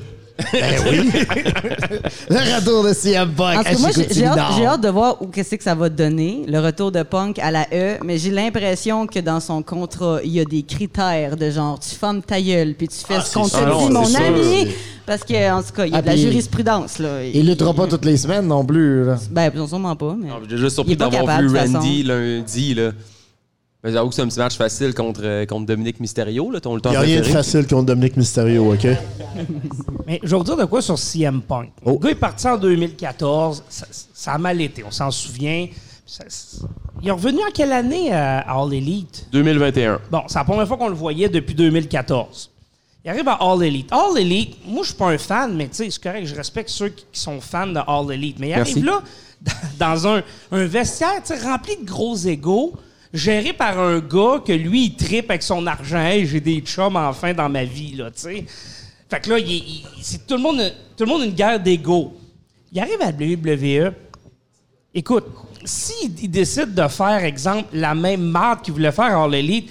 Ben oui! le retour de CM Punk En tout à cas, moi, j'ai- j'ai Chicoutimi hâte, Nord. j'ai hâte de voir où qu'est-ce que ça va donner, le retour de Punk à la E, mais j'ai l'impression que dans son contrat, il y a des critères de genre, tu fermes ta gueule, puis tu fais Ah, ce qu'on c'est te sûr. Ah dit, non, mon c'est sûr. ami. Parce que, en tout cas, il y a Ah, de la puis- jurisprudence, là. Il luttera pas toutes les semaines non plus. là. Ben, non, sûrement pas, mais. Non, J'ai juste Il Ah, surpris est pas d'avoir capable, vu de toute Randy façon. lundi. Là. Ben, J'avoue que c'est un petit match facile contre, euh, contre Dominique Mysterio, là, ton le temps Il n'y a rien de préféré. facile contre Dominique Mysterio, OK? Mais je vais vous dire de quoi sur CM Punk. Le gars est parti en 2014. Ça, ça a mal été, on s'en souvient. Ça- ça- il est revenu en quelle année à à All Elite? 2021. Bon, c'est la première fois qu'on le voyait depuis 2014. Il arrive à All Elite. All Elite, moi, je suis pas un fan, mais tu sais, c'est correct, je respecte ceux qui qui sont fans de All Elite. Mais il Merci. arrive là, dans- dans un, un vestiaire tu sais, rempli de gros égaux, géré par un gars que lui, il tripe avec son argent. Hey, j'ai des chums enfin dans ma vie, là, tu sais. Fait que là, il- il- c'est tout le monde, tout le monde a une guerre d'égaux. Il arrive à la E, WWE, Écoute, s'il il décide de faire, exemple, la même marque qu'il voulait faire en l'élite,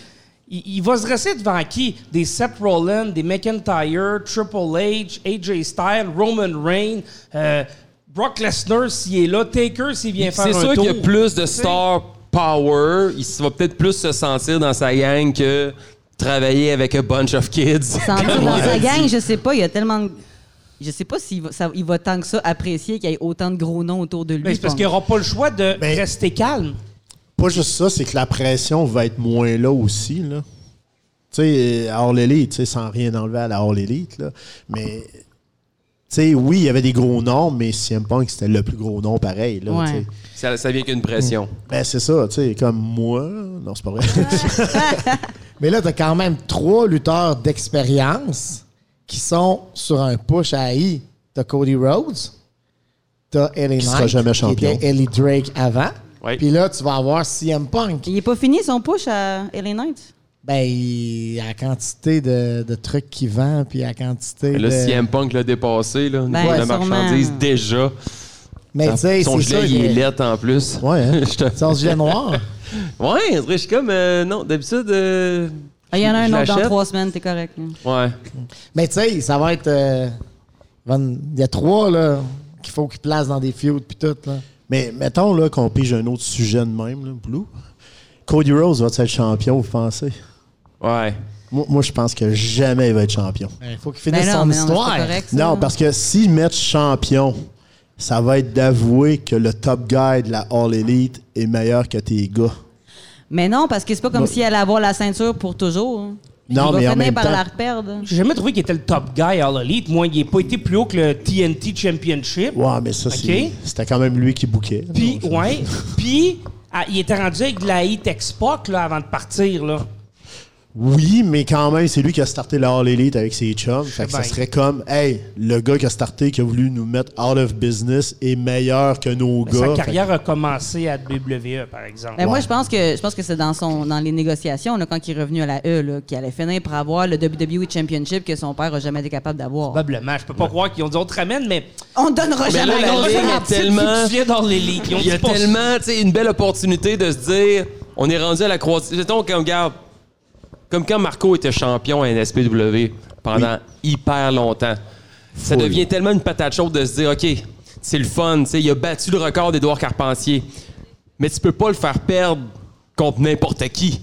il, il va se dresser devant qui? Des Seth Rollins, des McIntyre, Triple H, AJ Styles, Roman Reigns, euh, Brock Lesnar s'il est là, Taker s'il vient faire C'est un tour. sûr qu'il y a plus de Tu sais, star power. Il s- va peut-être plus se sentir dans sa gang que travailler avec a bunch of kids. Sans doute, dans sa gang, je sais pas, il y a tellement de... Je sais pas s'il va, ça- il va tant que ça apprécier qu'il y ait autant de gros noms autour de lui. Mais c'est parce Punk. qu'il n'aura pas le choix de Ben- rester calme. Pas juste ça, c'est que la pression va être moins là aussi, là. Tu sais, à All Elite, tu sais, sans rien enlever à la All Elite, là. Mais, tu sais, oui, il y avait des gros noms, mais CM Punk, c'était le plus gros nom pareil, là, Ouais. tu sais. Ça, ça vient qu'une pression. Ben, c'est ça, tu sais, comme moi. Non, c'est pas vrai. Mais là, t'as quand même trois lutteurs d'expérience qui sont sur un push à AI. T'as Cody Rhodes, t'as Ellie Qui Knight, sera jamais champion. était Ellie Drake avant. Ouais. Puis là, tu vas avoir CM Punk. Il est pas fini son push à LA Knight? Ben, il- à la quantité de, de trucs qu'il vend, puis à la quantité Là, de... CM Punk l'a dépassé, là, au Ben, niveau de la sûrement. marchandise, déjà. Mais tu sais, Son c'est ça, gilet, il est laid en plus. Ouais, hein? Je te- Son gilet noir. Ouais, on dirait que je suis comme... euh, non, d'habitude... euh, Ah, il y en a je un autre dans l'achète. trois semaines, t'es correct. là. Ouais. Mais tu sais, ça va être. euh, van- Il y a trois, là, qu'il faut qu'ils placent dans des feuds, puis tout, là. Mais mettons là, qu'on pige un autre sujet de même, là, Blue. Cody Rose va être champion, vous pensez? Ouais. Moi, moi, je pense que jamais il va être champion. Il faut qu'ils Ben finissent non, son mais non, c'est pas histoire. correct, ça. Non, parce que s'ils mettent champion, ça va être d'avouer que le top guy de la All Elite est meilleur que tes gars. Mais non, parce que c'est pas comme s'il allait avoir la ceinture pour toujours. hein. Bah. Non, mais en il va finir même par temps- la reperdre. J'ai jamais trouvé qu'il était le top guy à l'élite. Moi, il n'a pas été plus haut que le TNT Championship. Ouais, mais ça, c'est- Ok. c'était quand même lui qui bouquait. Puis, ouais. Puis, ah, il était rendu avec de la hit X-Pac, là, avant de partir, là. Oui, mais quand même, c'est lui qui a starté le All Elite avec ses chums. Fait que ça bien. serait comme, hey, le gars qui a starté, qui a voulu nous mettre out of business est meilleur que nos Mais gars. Sa Fait que- carrière a commencé à WWE, par exemple. Ben, Moi, je pense que je pense que c'est dans son dans les négociations là, quand il est revenu à la E là, qu'il allait finir par avoir le WWE Championship que son père n'a jamais été capable Bah, d'avoir. Probablement. Je peux pas croire qu'ils ont dit on te ramène, mais. On donnera Mais là, la jamais. la ligue Ligue. est tellement. Tu viens dans les ligues. Ils ont Il y a dit pas ça. tellement, tu sais, une belle opportunité de se dire, on est rendu à la croisée. Mettons, comme, regarde, comme quand Marco était champion à NSPW pendant hyper longtemps, ça devient tellement une patate chaude de se dire, OK, c'est le fun, tu sais, il a battu le record d'Édouard Carpentier, mais tu peux pas le faire perdre contre n'importe qui.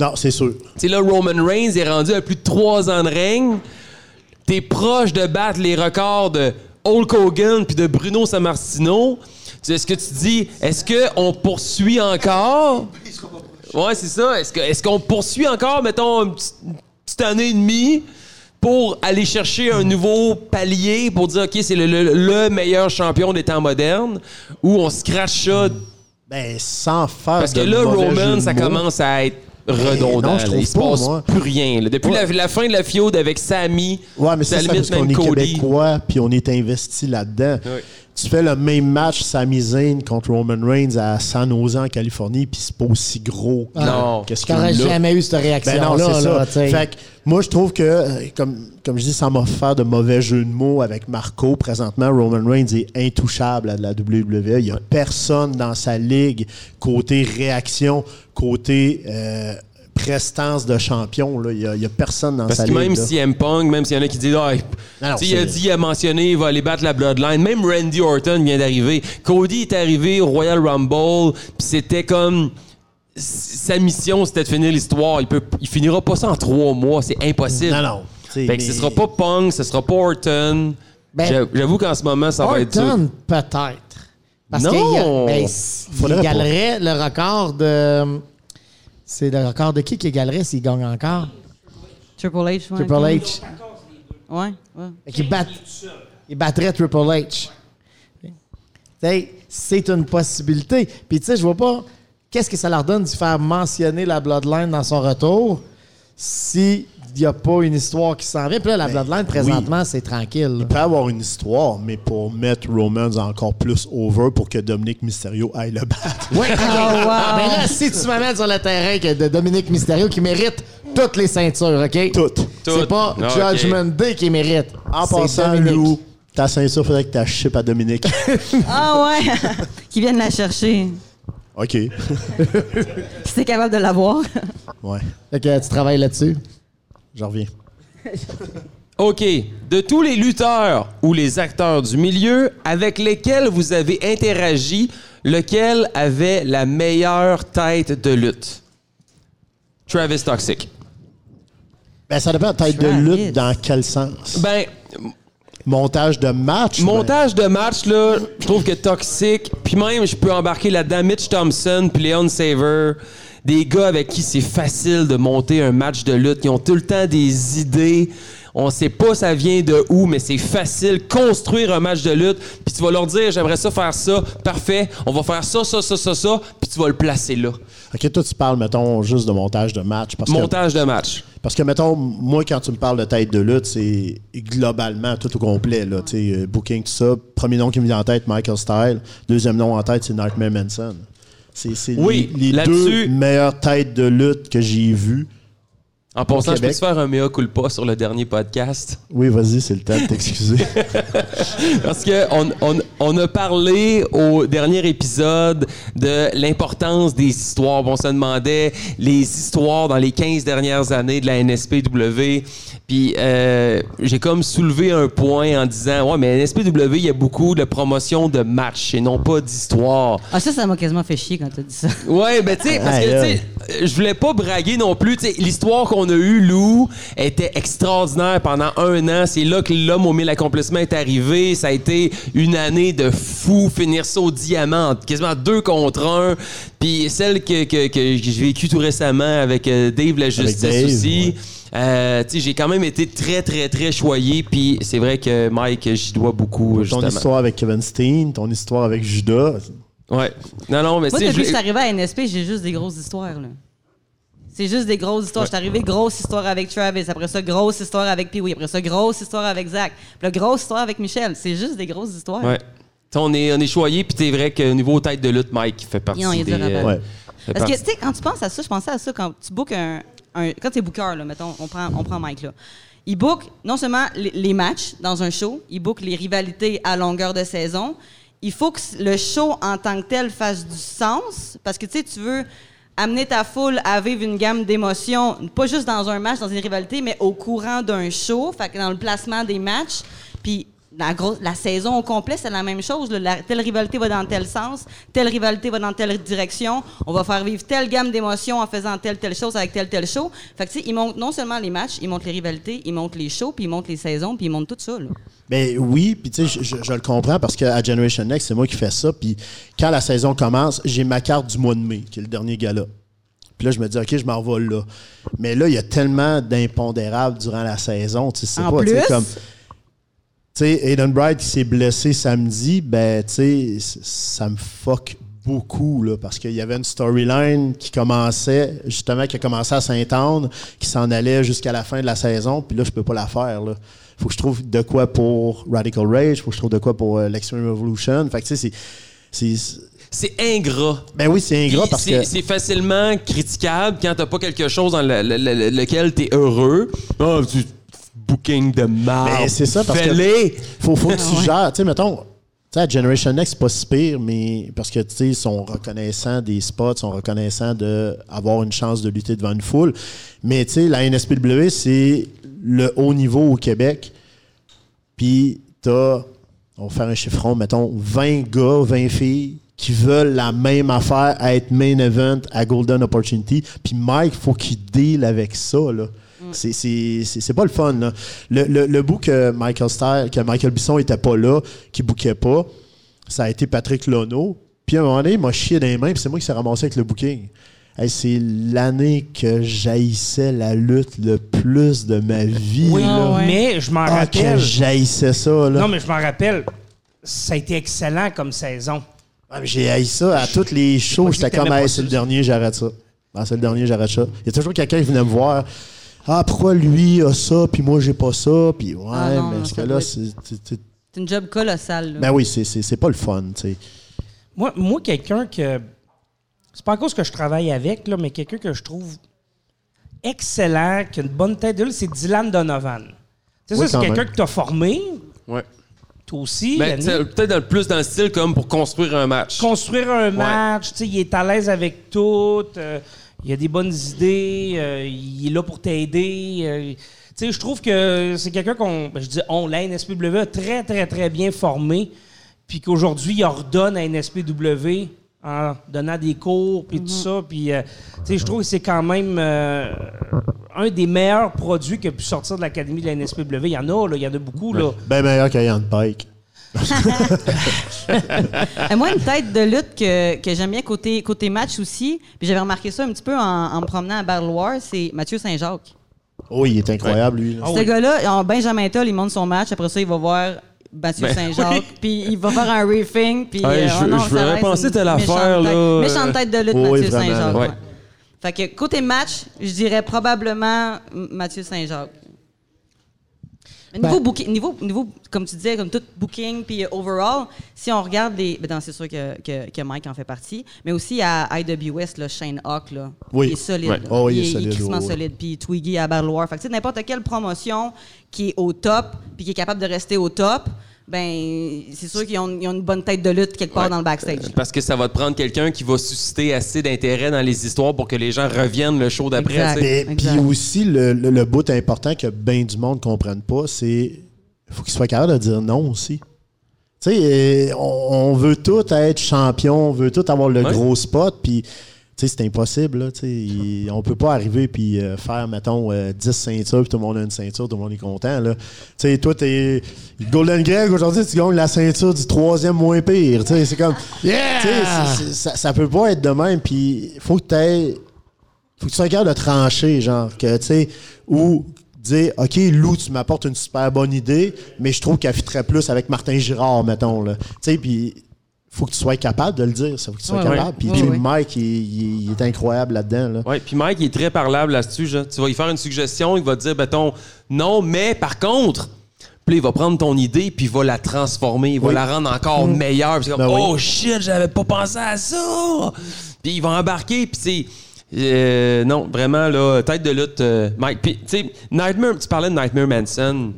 Non, c'est sûr. Tu sais, là, Roman Reigns est rendu à plus de trois ans de règne. T'es proche de battre les records de Hulk Hogan puis de Bruno Sammartino. Tu- Est-ce que tu dis, est-ce qu'on poursuit encore? Ouais, c'est ça. Est-ce que- est-ce qu'on poursuit encore, mettons, une petite, une petite année et demie pour aller chercher un nouveau palier pour dire, OK, c'est le, le- le meilleur champion des temps modernes ou on scratch ça? Ben, sans faire Parce que de là, mauvais jeu Roman, de ça mots. commence à être redondant. non, je là. trouve Il se pas, passe moi. plus rien. là. Depuis la, la fin de la fiode avec Sammy, Ouais, mais ça, c'est parce qu'on est québécois puis on est investi là-dedans. Tu fais le même match Sami Zayn contre Roman Reigns à San Jose en Californie puis c'est pas aussi gros. que- Ah, Non. Qu'est-ce qu'il y a T'aurais là? jamais eu cette Ben réaction-là. non, c'est ça. là, tu sais. fait que moi, je trouve que, euh, comme, comme je dis, sans m'a faire de mauvais jeu de mots avec Marco, présentement, Roman Reigns est intouchable à de la WWE. Il n'y a personne dans sa ligue côté réaction, côté euh, prestance de champion. là. Il n'y a, il y a personne dans Parce sa que ligue. même là. si M. Punk, même s'il y en a qui disent, Ah, il- non, tu sais, il a c'est- dit, il a mentionné, il va aller battre la Bloodline. Même Randy Orton vient d'arriver. Cody est arrivé au Royal Rumble, puis c'était comme. Sa mission, c'était de finir l'histoire. Il, peut, il finira pas ça en trois mois. C'est impossible. Non, non. Fait T'sais, que ce mais- sera pas Punk, ce sera pas Orton. Ben, J'a- J'avoue qu'en ce moment, ça va être dur. Orton, peut-être. Parce Non. qu'il y a- ben, s- il Faudrait pas. égalerait le record de. C'est le record de qui qui égalerait s'il gagne encore? Triple H. Ouais, Triple H. Ouais. ouais. Fait qu'il bat- il battrait Triple H. Tu sais, c'est une possibilité. Puis tu sais, je vois pas qu'est-ce que ça leur donne de faire mentionner la Bloodline dans son retour s'il n'y a pas une histoire qui s'en vient. Puis là, la Ben, Bloodline, présentement, c'est tranquille. là. Il peut avoir une histoire, mais pour mettre Romans encore plus over pour que Dominique Mysterio aille le battre. Oui, Mais Ah, Ah, ben Ben là, si tu m'amènes sur le terrain que de Dominique Mysterio qui mérite toutes les ceintures, OK? Toutes. Toutes. C'est pas Ah, ok. Judgment Day qui mérite. En C'est passant, Dominique. Lou, ta ceinture, faudrait que tu la ship à Dominique. Ah ouais. Qui viennent la chercher. OK. Si t'es capable de l'avoir. Ouais. Fait que tu travailles là-dessus. Je reviens. OK. De tous les lutteurs ou les acteurs du milieu avec lesquels vous avez interagi, lequel avait la meilleure tête de lutte? Travis Toxic. Ben, ça dépend peut-être de Travis. lutte dans quel sens. Ben, montage de match. montage de match, là, je trouve que Toxic, puis même, je peux embarquer là-dedans Mitch Thompson, puis Leon Saver, des gars avec qui c'est facile de monter un match de lutte. Ils ont tout le temps des idées. On sait pas ça vient de où, mais c'est facile. Construire un match de lutte, puis tu vas leur dire, j'aimerais ça faire ça, parfait, on va faire ça, ça, ça, ça, ça, puis tu vas le placer là. ben, OK, toi, tu parles, mettons, juste de montage de match. Parce Montage de match. Que, parce que, mettons, moi, quand tu me parles de tête de lutte, c'est globalement tout au complet. Là, tu sais, euh, booking, tout ça. Premier nom qui me vient en tête, Michael Style. Deuxième nom en tête, c'est Nightmare Manson. C'est c'est Oui, les, les là-dessus- deux meilleures têtes de lutte que j'ai vues. En pensant, je peux Québec. te faire un mea culpa sur le dernier podcast? Oui, vas-y, c'est le temps de t'excuser. Parce que on, on- on a parlé au dernier épisode de l'importance des histoires. Bon, on se demandait les histoires dans les 15 dernières années de la NSPW. Puis euh, j'ai comme soulevé un point en disant Ouais, mais NSPW, il y a beaucoup de promotion de matchs et non pas d'histoires. Ah ça, ça m'a quasiment fait chier quand t'as dit ça. Ouais, ben tu sais, parce que Aïe, tu aïe. sais, euh, je voulais pas braguer non plus. Tu sais, l'histoire qu'on a eue, Lou, était extraordinaire pendant un an. C'est là que l'homme au mille accomplissements est arrivé. Ça a été une année de fou, finir ça au diamant, quasiment deux contre un. Puis celle que, que, que j'ai vécue tout récemment avec euh, Dave la justice Dave, aussi. ouais. Euh, tu sais, j'ai quand même été très, très, très choyé. Puis c'est vrai que Mike, j'y dois beaucoup, ton justement. histoire avec Kevin Steen, ton histoire avec Judas. Ouais. Non, non, mais Moi, tu sais, depuis que je je- suis arrivée à NSP, j'ai juste des grosses histoires. là. C'est juste des grosses histoires. Je suis arrivé, grosse histoire avec Travis. Après ça, grosse histoire avec Pee-Wee. Après ça, grosse histoire avec Zach. Puis là, grosse histoire avec Michel. C'est juste des grosses histoires. Ouais. T'sais, On est, on est choyé, puis t'es vrai que niveau tête de lutte, Mike fait partie Non, il est des... euh, durable. Ouais. fait Parce que, partie- tu sais, quand tu penses à ça, je pensais à ça quand tu bookes un. un- quand tu es booker, là, mettons, on prend, on prend Mike, là. Il book non seulement les, les matchs dans un show, il book les rivalités à longueur de saison. Il faut que s- le show en tant que tel fasse du sens parce que, tu sais, tu veux amener ta foule à vivre une gamme d'émotions, pas juste dans un match, dans une rivalité, mais au courant d'un show, fait que dans le placement des matchs. Puis la, grosse- la saison au complet, c'est la même chose. là. La- telle rivalité va dans tel sens, telle rivalité va dans telle direction. On va faire vivre telle gamme d'émotions en faisant telle, telle chose avec telle, telle show. Fait que, tu sais, ils montent non seulement les matchs, ils montent les rivalités, ils montent les shows, puis ils montent les saisons, puis ils montent tout ça. là. Ben oui, puis tu sais, je, je- je le comprends parce qu'à Generation Next, c'est moi qui fais ça. Puis quand la saison commence, j'ai ma carte du mois de mai, qui est le dernier gala. Puis là, je me dis, OK, je m'envole là. Mais là, il y a tellement d'impondérables durant la saison. Tu sais, c'est En pas, tu sais, plus? comme. Tu sais, Aiden Bright qui s'est blessé samedi, ben, tu sais, c- ça me fuck beaucoup, là, parce qu'il y avait une storyline qui commençait, justement, qui a commencé à Saint-Anne, qui s'en allait jusqu'à la fin de la saison, puis là, je peux pas la faire, là. Faut que je trouve de quoi pour Radical Rage, faut que je trouve de quoi pour euh, l'Extreme Revolution. Fait que, tu sais, c'est- c'est. C'est ingrat. Ben oui, c'est ingrat Puis parce c'est- que. C'est facilement critiquable quand t'as pas quelque chose dans le- le- le- lequel t'es heureux. Ah, tu booking de mal. Ben, c'est ça, parce que- Fais-les. faut, faut que tu gères. Tu sais, mettons, tu sais, à Generation Next, c'est pas si pire, mais parce que, tu sais, ils sont reconnaissants des spots, ils sont reconnaissants d'avoir une chance de lutter devant une foule. Mais, tu sais, la NSPW, c'est le haut niveau au Québec. Puis, t'as, on va faire un chiffron, mettons, 20 gars, 20 filles qui veulent la même affaire à être main event à Golden Opportunity. Puis Mike, faut qu'il deal avec ça, là. C'est- C'est c'est- c'est pas le fun. là. Le, le, le bout que Michael Stiles- que Michael Bisson était pas là, qui bouquait pas, ça a été Patrick Lono. Puis à un moment donné, il m'a chié dans les mains, puis c'est moi qui s'est ramassé avec le booking. Hey, c'est l'année que jaillissait la lutte le plus de Ah, ma vie. Oui, là. mais je m'en Ah, que rappelle. j'haïssais ça, là. Non, mais je m'en rappelle. Ça a été excellent comme saison. Ah, mais J'ai haï ça à toutes les shows. dit J'étais que t'aimais comme, pas Hey, ça. c'est le dernier, j'arrête ça. Ah, c'est le dernier, j'arrête ça. Il y a toujours quelqu'un qui venait me voir. Ah, pourquoi lui a ça, puis moi, j'ai pas ça, puis ouais, Ah, non, mais non, parce ça que doit là, être- c'est. c'est- c'est- C'est une job colossale. là. Ben oui, c'est- c'est c'est pas le fun, tu sais. Moi, moi quelqu'un que. C'est pas à cause que je travaille avec, là, mais quelqu'un que je trouve excellent, qui a une bonne tête de l'huile, c'est Dylan Donovan. C'est Oui, ça, c'est quand quelqu'un même. que t'as formé, Ouais. toi aussi. Ben, Yannick. t'sais, Peut-être dans le plus dans le style comme pour construire un match. construire un match, tu sais, il est à l'aise avec tout, euh, il a des bonnes idées, euh, il est là pour t'aider. euh, tu sais, je trouve que c'est quelqu'un qu'on, ben, je dis on, la NSPW a très, très, très bien formé, puis qu'aujourd'hui, il ordonne à NSPW en donnant des cours, puis tout ça, puis, euh, tu sais, je trouve que c'est quand même euh, un des meilleurs produits qui a pu sortir de l'Académie de la NSPW. Il y en a, là, il y en a beaucoup, là. Ben meilleur que Yann Pike. Euh, moi, une tête de lutte que, que j'aime bien côté, côté match aussi, puis j'avais remarqué ça un petit peu en, en me promenant à Battle War, c'est Mathieu Saint-Jacques. Oh, il est incroyable, lui. là. Ah Ce oui. gars-là, en Benjamin Toll, il monte son match. Après ça, il va voir Mathieu Ben, Saint-Jacques. Puis il va faire un riffing. Puis euh, oh Hey, je- non, je ça voudrais reste penser une telle méchante affaire, tête- là, euh, Méchante tête de lutte, oui, Mathieu vraiment, Saint-Jacques. ouais. ouais. Fait que côté match, je dirais probablement M- Mathieu Saint-Jacques. Mais Ben. Niveau, booki- niveau, niveau, comme tu disais, comme tout booking puis euh, overall, si on regarde les. Ben non, c'est sûr que, que, que Mike en fait partie, mais aussi à IWS, là, Shane Hawk, là, Oui. il est solide. Ouais. là. Oh, il est Il solide, est crissement ouais, ouais. solide solide. Puis Twiggy à Battle War. Fait que, tu sais, n'importe quelle promotion qui est au top, puis qui est capable de rester au top, ben c'est sûr qu'ils ont, ils ont une bonne tête de lutte quelque part Ouais. dans le backstage. Euh, Parce que ça va te prendre quelqu'un qui va susciter assez d'intérêt dans les histoires pour que les gens reviennent le show d'après. Exact. tu sais. Ben, Exact. Puis aussi, le, le, le bout important que bien du monde ne comprenne pas, c'est faut qu'il soit capable de dire non aussi. Tu sais, euh, on, on veut tout être champion, on veut tout avoir le Ouais. gros spot, puis tu sais, c'est impossible. Là, tu sais. Il- on peut pas arriver puis euh, faire, mettons, euh, 10 ceintures, puis tout le monde a une ceinture, tout le monde est content. Là. Tu sais, toi, t'es Golden Greg, aujourd'hui, tu gagnes la ceinture du troisième moins pire. Tu sais, c'est comme... Tu sais, c'est- c'est- ça, ça peut pas être de même, puis faut que tu faut que tu sois capable de trancher, genre, que, tu sais, ou dire, OK, Lou, tu m'apportes une super bonne idée, mais je trouve qu'elle fitterait plus avec Martin Girard, mettons, là. Tu sais, puis faut que tu sois capable de le dire. Ça faut que tu sois Ouais, capable. ouais. Puis Ouais, tu sais, ouais. Mike, il, il- il est incroyable là-dedans. là. Ouais, puis Mike, il est très parlable là-dessus. genre. Tu vas lui faire une suggestion, il va te dire, ton non, mais par contre. Puis là, il va prendre ton idée, puis il va la transformer, il va Oui. la rendre encore meilleure. Puis c'est comme, Ben oui. oh shit, j'avais pas pensé à ça! Puis il va embarquer, puis c'est. euh, non, vraiment, là, tête de lutte, euh, Mike. Puis, tu sais, Nightmare, tu parlais de Nightmare Manson.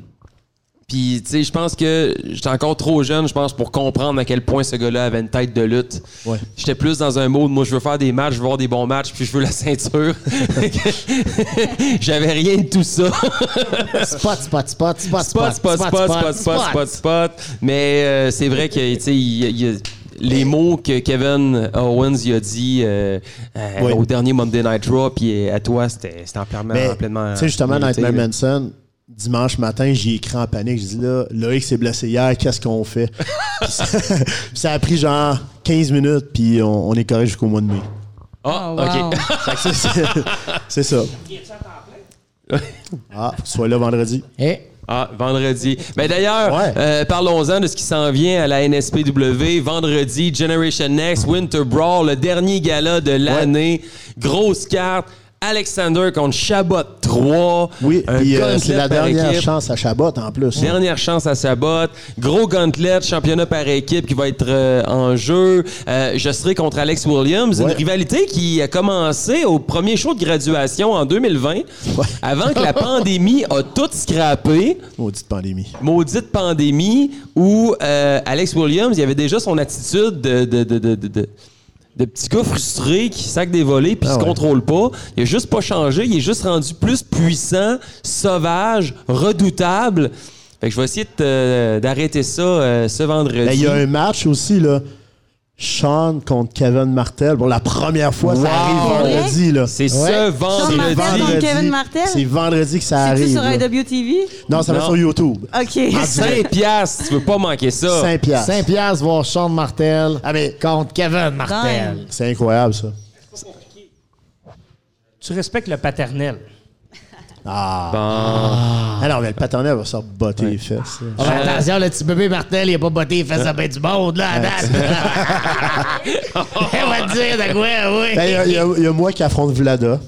Puis, tu sais, je pense que j'étais encore trop jeune, je pense, pour comprendre à quel point ce gars-là avait une tête de lutte. Ouais. J'étais plus dans un mode, moi, je veux faire des matchs, je veux voir des bons matchs, puis je veux la ceinture. J'avais rien de tout ça. Spot, spot, spot, spot, Spot, spot, spot, spot, spot, spot, spot. Mais euh, c'est vrai que, tu sais, il- il y a- Les mots que Kevin Owens il a dit euh, euh, Oui. au dernier Monday Night Raw, puis à toi, c'était c'était en pleinement. Mais, en pleinement tu sais, justement, mérité, Nightmare là. Manson, dimanche matin, j'ai écrit en panique. J'ai dit, là, Loïc s'est blessé hier, qu'est-ce qu'on fait? Puis ça, puis ça a pris genre 15 minutes, puis on, on est correct jusqu'au mois de mai. Ah, Oh, wow. OK. Fait que c'est- c'est- C'est ça. Ah, faut que tu sois là vendredi. Eh, Ah, vendredi. Mais d'ailleurs, Ouais. euh, parlons-en de ce qui s'en vient à la NSPW. Vendredi, Generation Next, Winter Brawl, le dernier gala de l'année. Grosse carte. Alexander contre Chabot 3. Oui, Un puis euh, gauntlet c'est la par dernière équipe. chance à Chabot en plus. hein. Dernière chance à Sabot. Gros gauntlet, championnat par équipe qui va être euh, en jeu. Euh, je serai contre Alex Williams. Une Ouais. rivalité qui a commencé au premier show de graduation en 2020, avant que la pandémie a tout scrappé Maudite pandémie. maudite pandémie où euh, Alex Williams, il avait déjà son attitude de, de, de, de, de- de- de petit gars frustré qui sac des volets puis il Ah se ouais. contrôle pas. Il a juste pas changé. Il est juste rendu plus puissant, sauvage, redoutable. Fait que je vais essayer de te- d'arrêter ça euh, ce vendredi. Mais Ben, il y a un match aussi, là. Sean contre Kevin Martel. Pour la première fois, Wow. ça arrive Ouais. vendredi, là. C'est ce Ouais. Sean Martel vendredi. contre Kevin Martel? C'est vendredi que ça arrive. C'est-tu sur là. IWTV? Non, ça va Non. sur YouTube. OK. 5 piastres, tu veux pas manquer ça. 5 piastres. Saint-Pierre voir Sean Martel Ah, mais contre Kevin Martel. Dingue. c'est incroyable, ça. Ah. Tu respectes le paternel. Ah non, mais le paternel va se botter les fesses. là. Euh. Ah, ben, attention, le petit bébé Martel, il a pas botté les fesses à ben du monde, là, à date. Elle va te dire de quoi, oui. Euh. Ben, Il y a- il y, a- il y a moi qui affronte Vlada.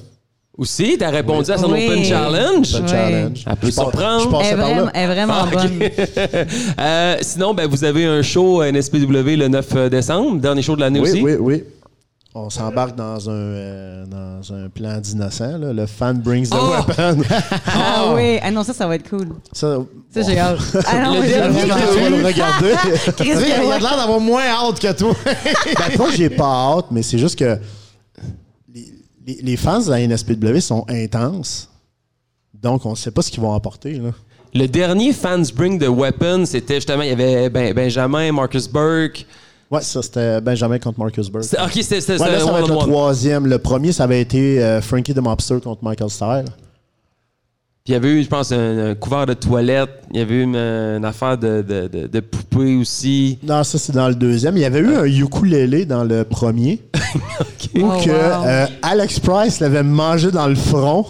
Aussi, t'as répondu à son Oui. open challenge. C'est un Ouais. challenge. Elle peut Je pense- surprendre. Je Elle est pensais par vraiment, là. elle est vraiment Ah, bonne. ok. Euh, sinon, ben, vous avez un show à NSPW le 9 décembre, dernier show de l'année Oui, aussi. oui, oui. On s'embarque dans un, euh, dans un plan d'innocent. là. Le fan brings the Oh! weapon. Ah oui. Ah non, ça, ça va être cool. Ça, Ça, j'ai hâte. Ah non, Le oui, j'ai dernier hâte. Quand tu vas le regarder. Chris, Tu sais, il a que il a ouais. de l'air d'avoir moins hâte que toi. ben, pas que j'ai pas hâte, mais c'est juste que les, les- les fans de la NSPW sont intenses. Donc, on ne sait pas ce qu'ils vont apporter. Là. Le dernier Fans Bring the Weapon, c'était justement, il y avait Ben- Benjamin, Marcus Burke. Ouais, ça, c'était Benjamin contre Marcus Burke. C'est- ah, Ok, c'était c'était- Ouais, c'était là, ça va être le one-on-one. troisième. Le premier, ça avait été euh, Frankie the Mobster contre Michael Style. Puis il y avait eu, je pense, un, un couvert de toilette. Il y avait eu une, une affaire de, de, de- de poupée aussi. Non, ça, c'est dans le deuxième. Il y avait eu un ukulélé dans le premier. Où Oh, que, wow. euh, Alex Price l'avait mangé dans le front.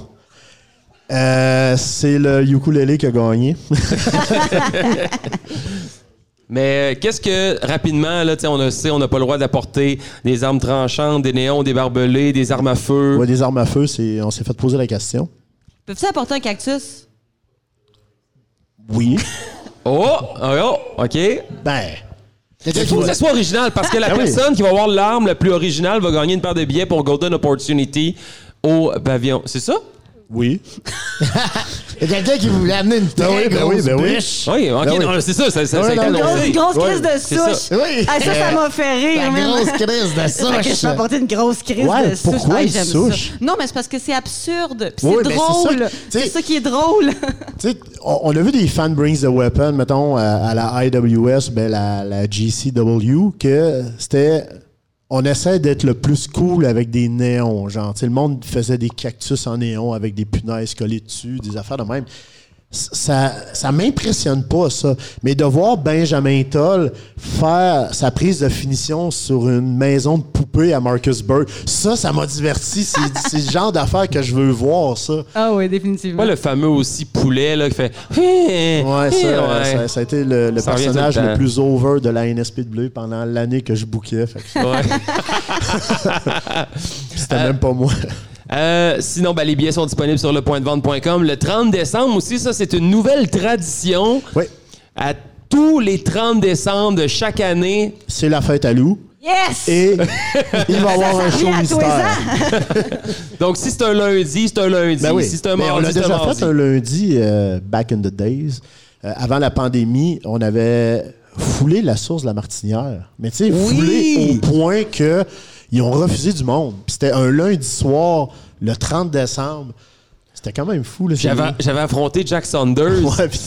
Euh, c'est le ukulélé qui a gagné. Mais euh, qu'est-ce que, rapidement, là, tu sais, on le sait, on n'a pas le droit d'apporter des armes tranchantes, des néons, des barbelés, des armes à feu. Ouais, des armes à feu, c'est, on s'est fait poser la question. Peux-tu apporter un cactus? Oui. Oh, oh, oh, OK. Ben, Il faut que ça soit original parce que la Ah oui. personne qui va avoir l'arme la plus originale va gagner une paire de billets pour Golden Opportunity au pavillon. C'est ça? oui. Il y a quelqu'un qui voulait amener une très oui, ben grosse oui, ben oui. bûche. Oui, ok, Ben oui. non, c'est ça, ça, ça, ça a été non, non, annoncé. Une grosse crise de c'est ça. souche. Oui. Ah, ça, ça m'a fait La rire. man. grosse crise de C'est vrai que je peux souche. apporter une grosse crise Ouais, de souche. pourquoi Ah, une j'aime souche? ça. Non, mais c'est parce que c'est absurde. Puis Oui, c'est mais c'est drôle. ça que- C'est t'sais- ça qui est drôle. Tu sais, on, on a vu des fans brings the weapon, mettons, à, à la IWS, ben, la, la GCW, que c'était. On essaie d'être le plus cool avec des néons, genre. Tu sais, le monde faisait des cactus en néon avec des punaises collées dessus, des affaires de même. ça, ça m'impressionne pas, ça. Mais de voir Benjamin Toll faire sa prise de finition sur une maison de poupée à Marcus Burke, ça, ça m'a diverti. C'est c'est le genre d'affaires que je veux voir, ça. Ah oui, définitivement. Pas le fameux aussi poulet là, qui fait. Ouais, Ouais, ça, euh, ça, ça a été le, le Ça revient tout le personnage le, temps. plus over de la NSPW pendant l'année que je bouquais. Fait que Ouais. c'était même pas moi. Euh, sinon, ben, les billets sont disponibles sur lepointdevente.com. Le 30 décembre aussi, ça, c'est une nouvelle tradition. oui, À tous les 30 décembre de chaque année, c'est la fête à Lou. Yes! Et il va y avoir un Ça show revient à tous les mystère. ans. Donc, si c'est un lundi, c'est un lundi. Ben oui. Si c'est un Mais on mardi, a c'est un déjà mardi. fait un lundi euh, back in the days. Euh, avant la pandémie, on avait foulé la source de la martinière. Mais tu sais, foulé au point que ils ont refusé du monde. Puis c'était un lundi soir, le 30 décembre. C'était quand même fou. là, c'est J'avais, j'avais affronté Jack Saunders. Ouais, puis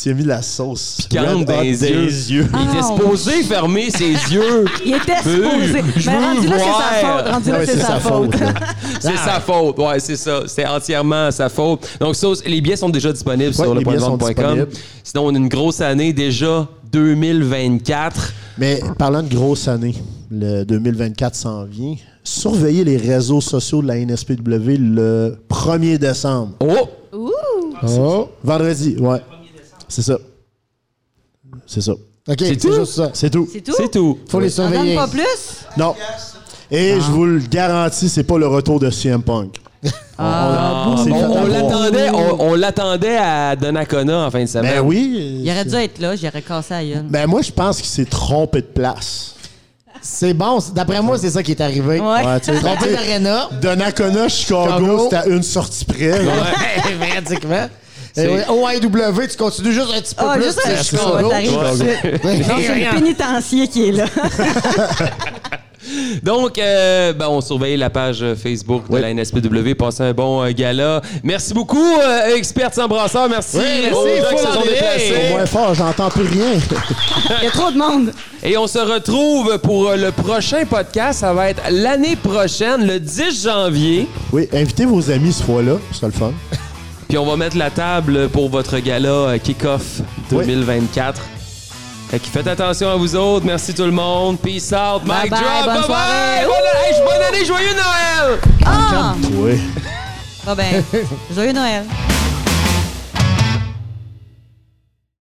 tu as mis de la sauce Piquante Red dans hot les des yeux. yeux. Il était Ah, supposé fermer ses yeux. Il était veux- supposé. je Mais veux rendu là, c'est voir. sa faute. Rendu Ah là, ouais, c'est sa faute. là. C'est sa faute. Ouais, c'est ça. C'est entièrement sa faute. Donc, ça, les billets sont déjà disponibles sur les billets sont lepointdevente.com. disponibles. Sinon, on a une grosse année déjà, 2024. Mais parlant de grosse année, le 2024 s'en vient. Surveillez les réseaux sociaux de la NSPW le 1er décembre. Oh! Oh. Vendredi, ouais. C'est ça. C'est ça. OK, C'est c'est tout? juste ça. C'est tout. C'est tout? C'est tout. Faut les On donne surveiller. pas plus? Non. Et je vous le garantis, c'est pas le retour de CM Punk. Ah, Ah, on s'est On, fait on avoir. l'attendait, on, on l'attendait à Donnacona en fin de semaine. Ben oui. Il aurait dû être là, j'aurais cassé la gueule. Ben moi, je pense qu'il s'est trompé de place. C'est bon. c'est- D'après moi, c'est ça qui est arrivé. Ouais. Ouais, tu sais, Trompé tu sais, d'arena. de Nakona, Chicago, Chicago. c'était à une sortie près. là. Eh, Pratiquement. C'est- Euh, OIW, tu continues juste un petit peu Ah, plus. juste un c'est petit peu, Chicago. t'arrives. Non, c'est le pénitencier qui est là. Donc, euh, ben, on surveille la page euh, Facebook de la NSPW. Passez un bon euh, gala. Merci beaucoup, euh, experts sans brasseur. Merci. merci, aux gens faut qui se sont en déplacés. Au moins fort, j'entends plus rien. Il y a trop de monde. Et on se retrouve pour euh, le prochain podcast. Ça va être l'année prochaine, le 10 janvier. Oui, invitez vos amis ce fois-là, ce serait le fun. Puis on va mettre la table pour votre gala euh, kick-off 2024. Fait que faites attention à vous autres. Merci tout le monde. Peace out. Mic Bye bye, drop. bonne Bye bye. soirée. Bonne, hey, bonne année. Joyeux Noël. Ah! Oui. Bon ben, joyeux Noël.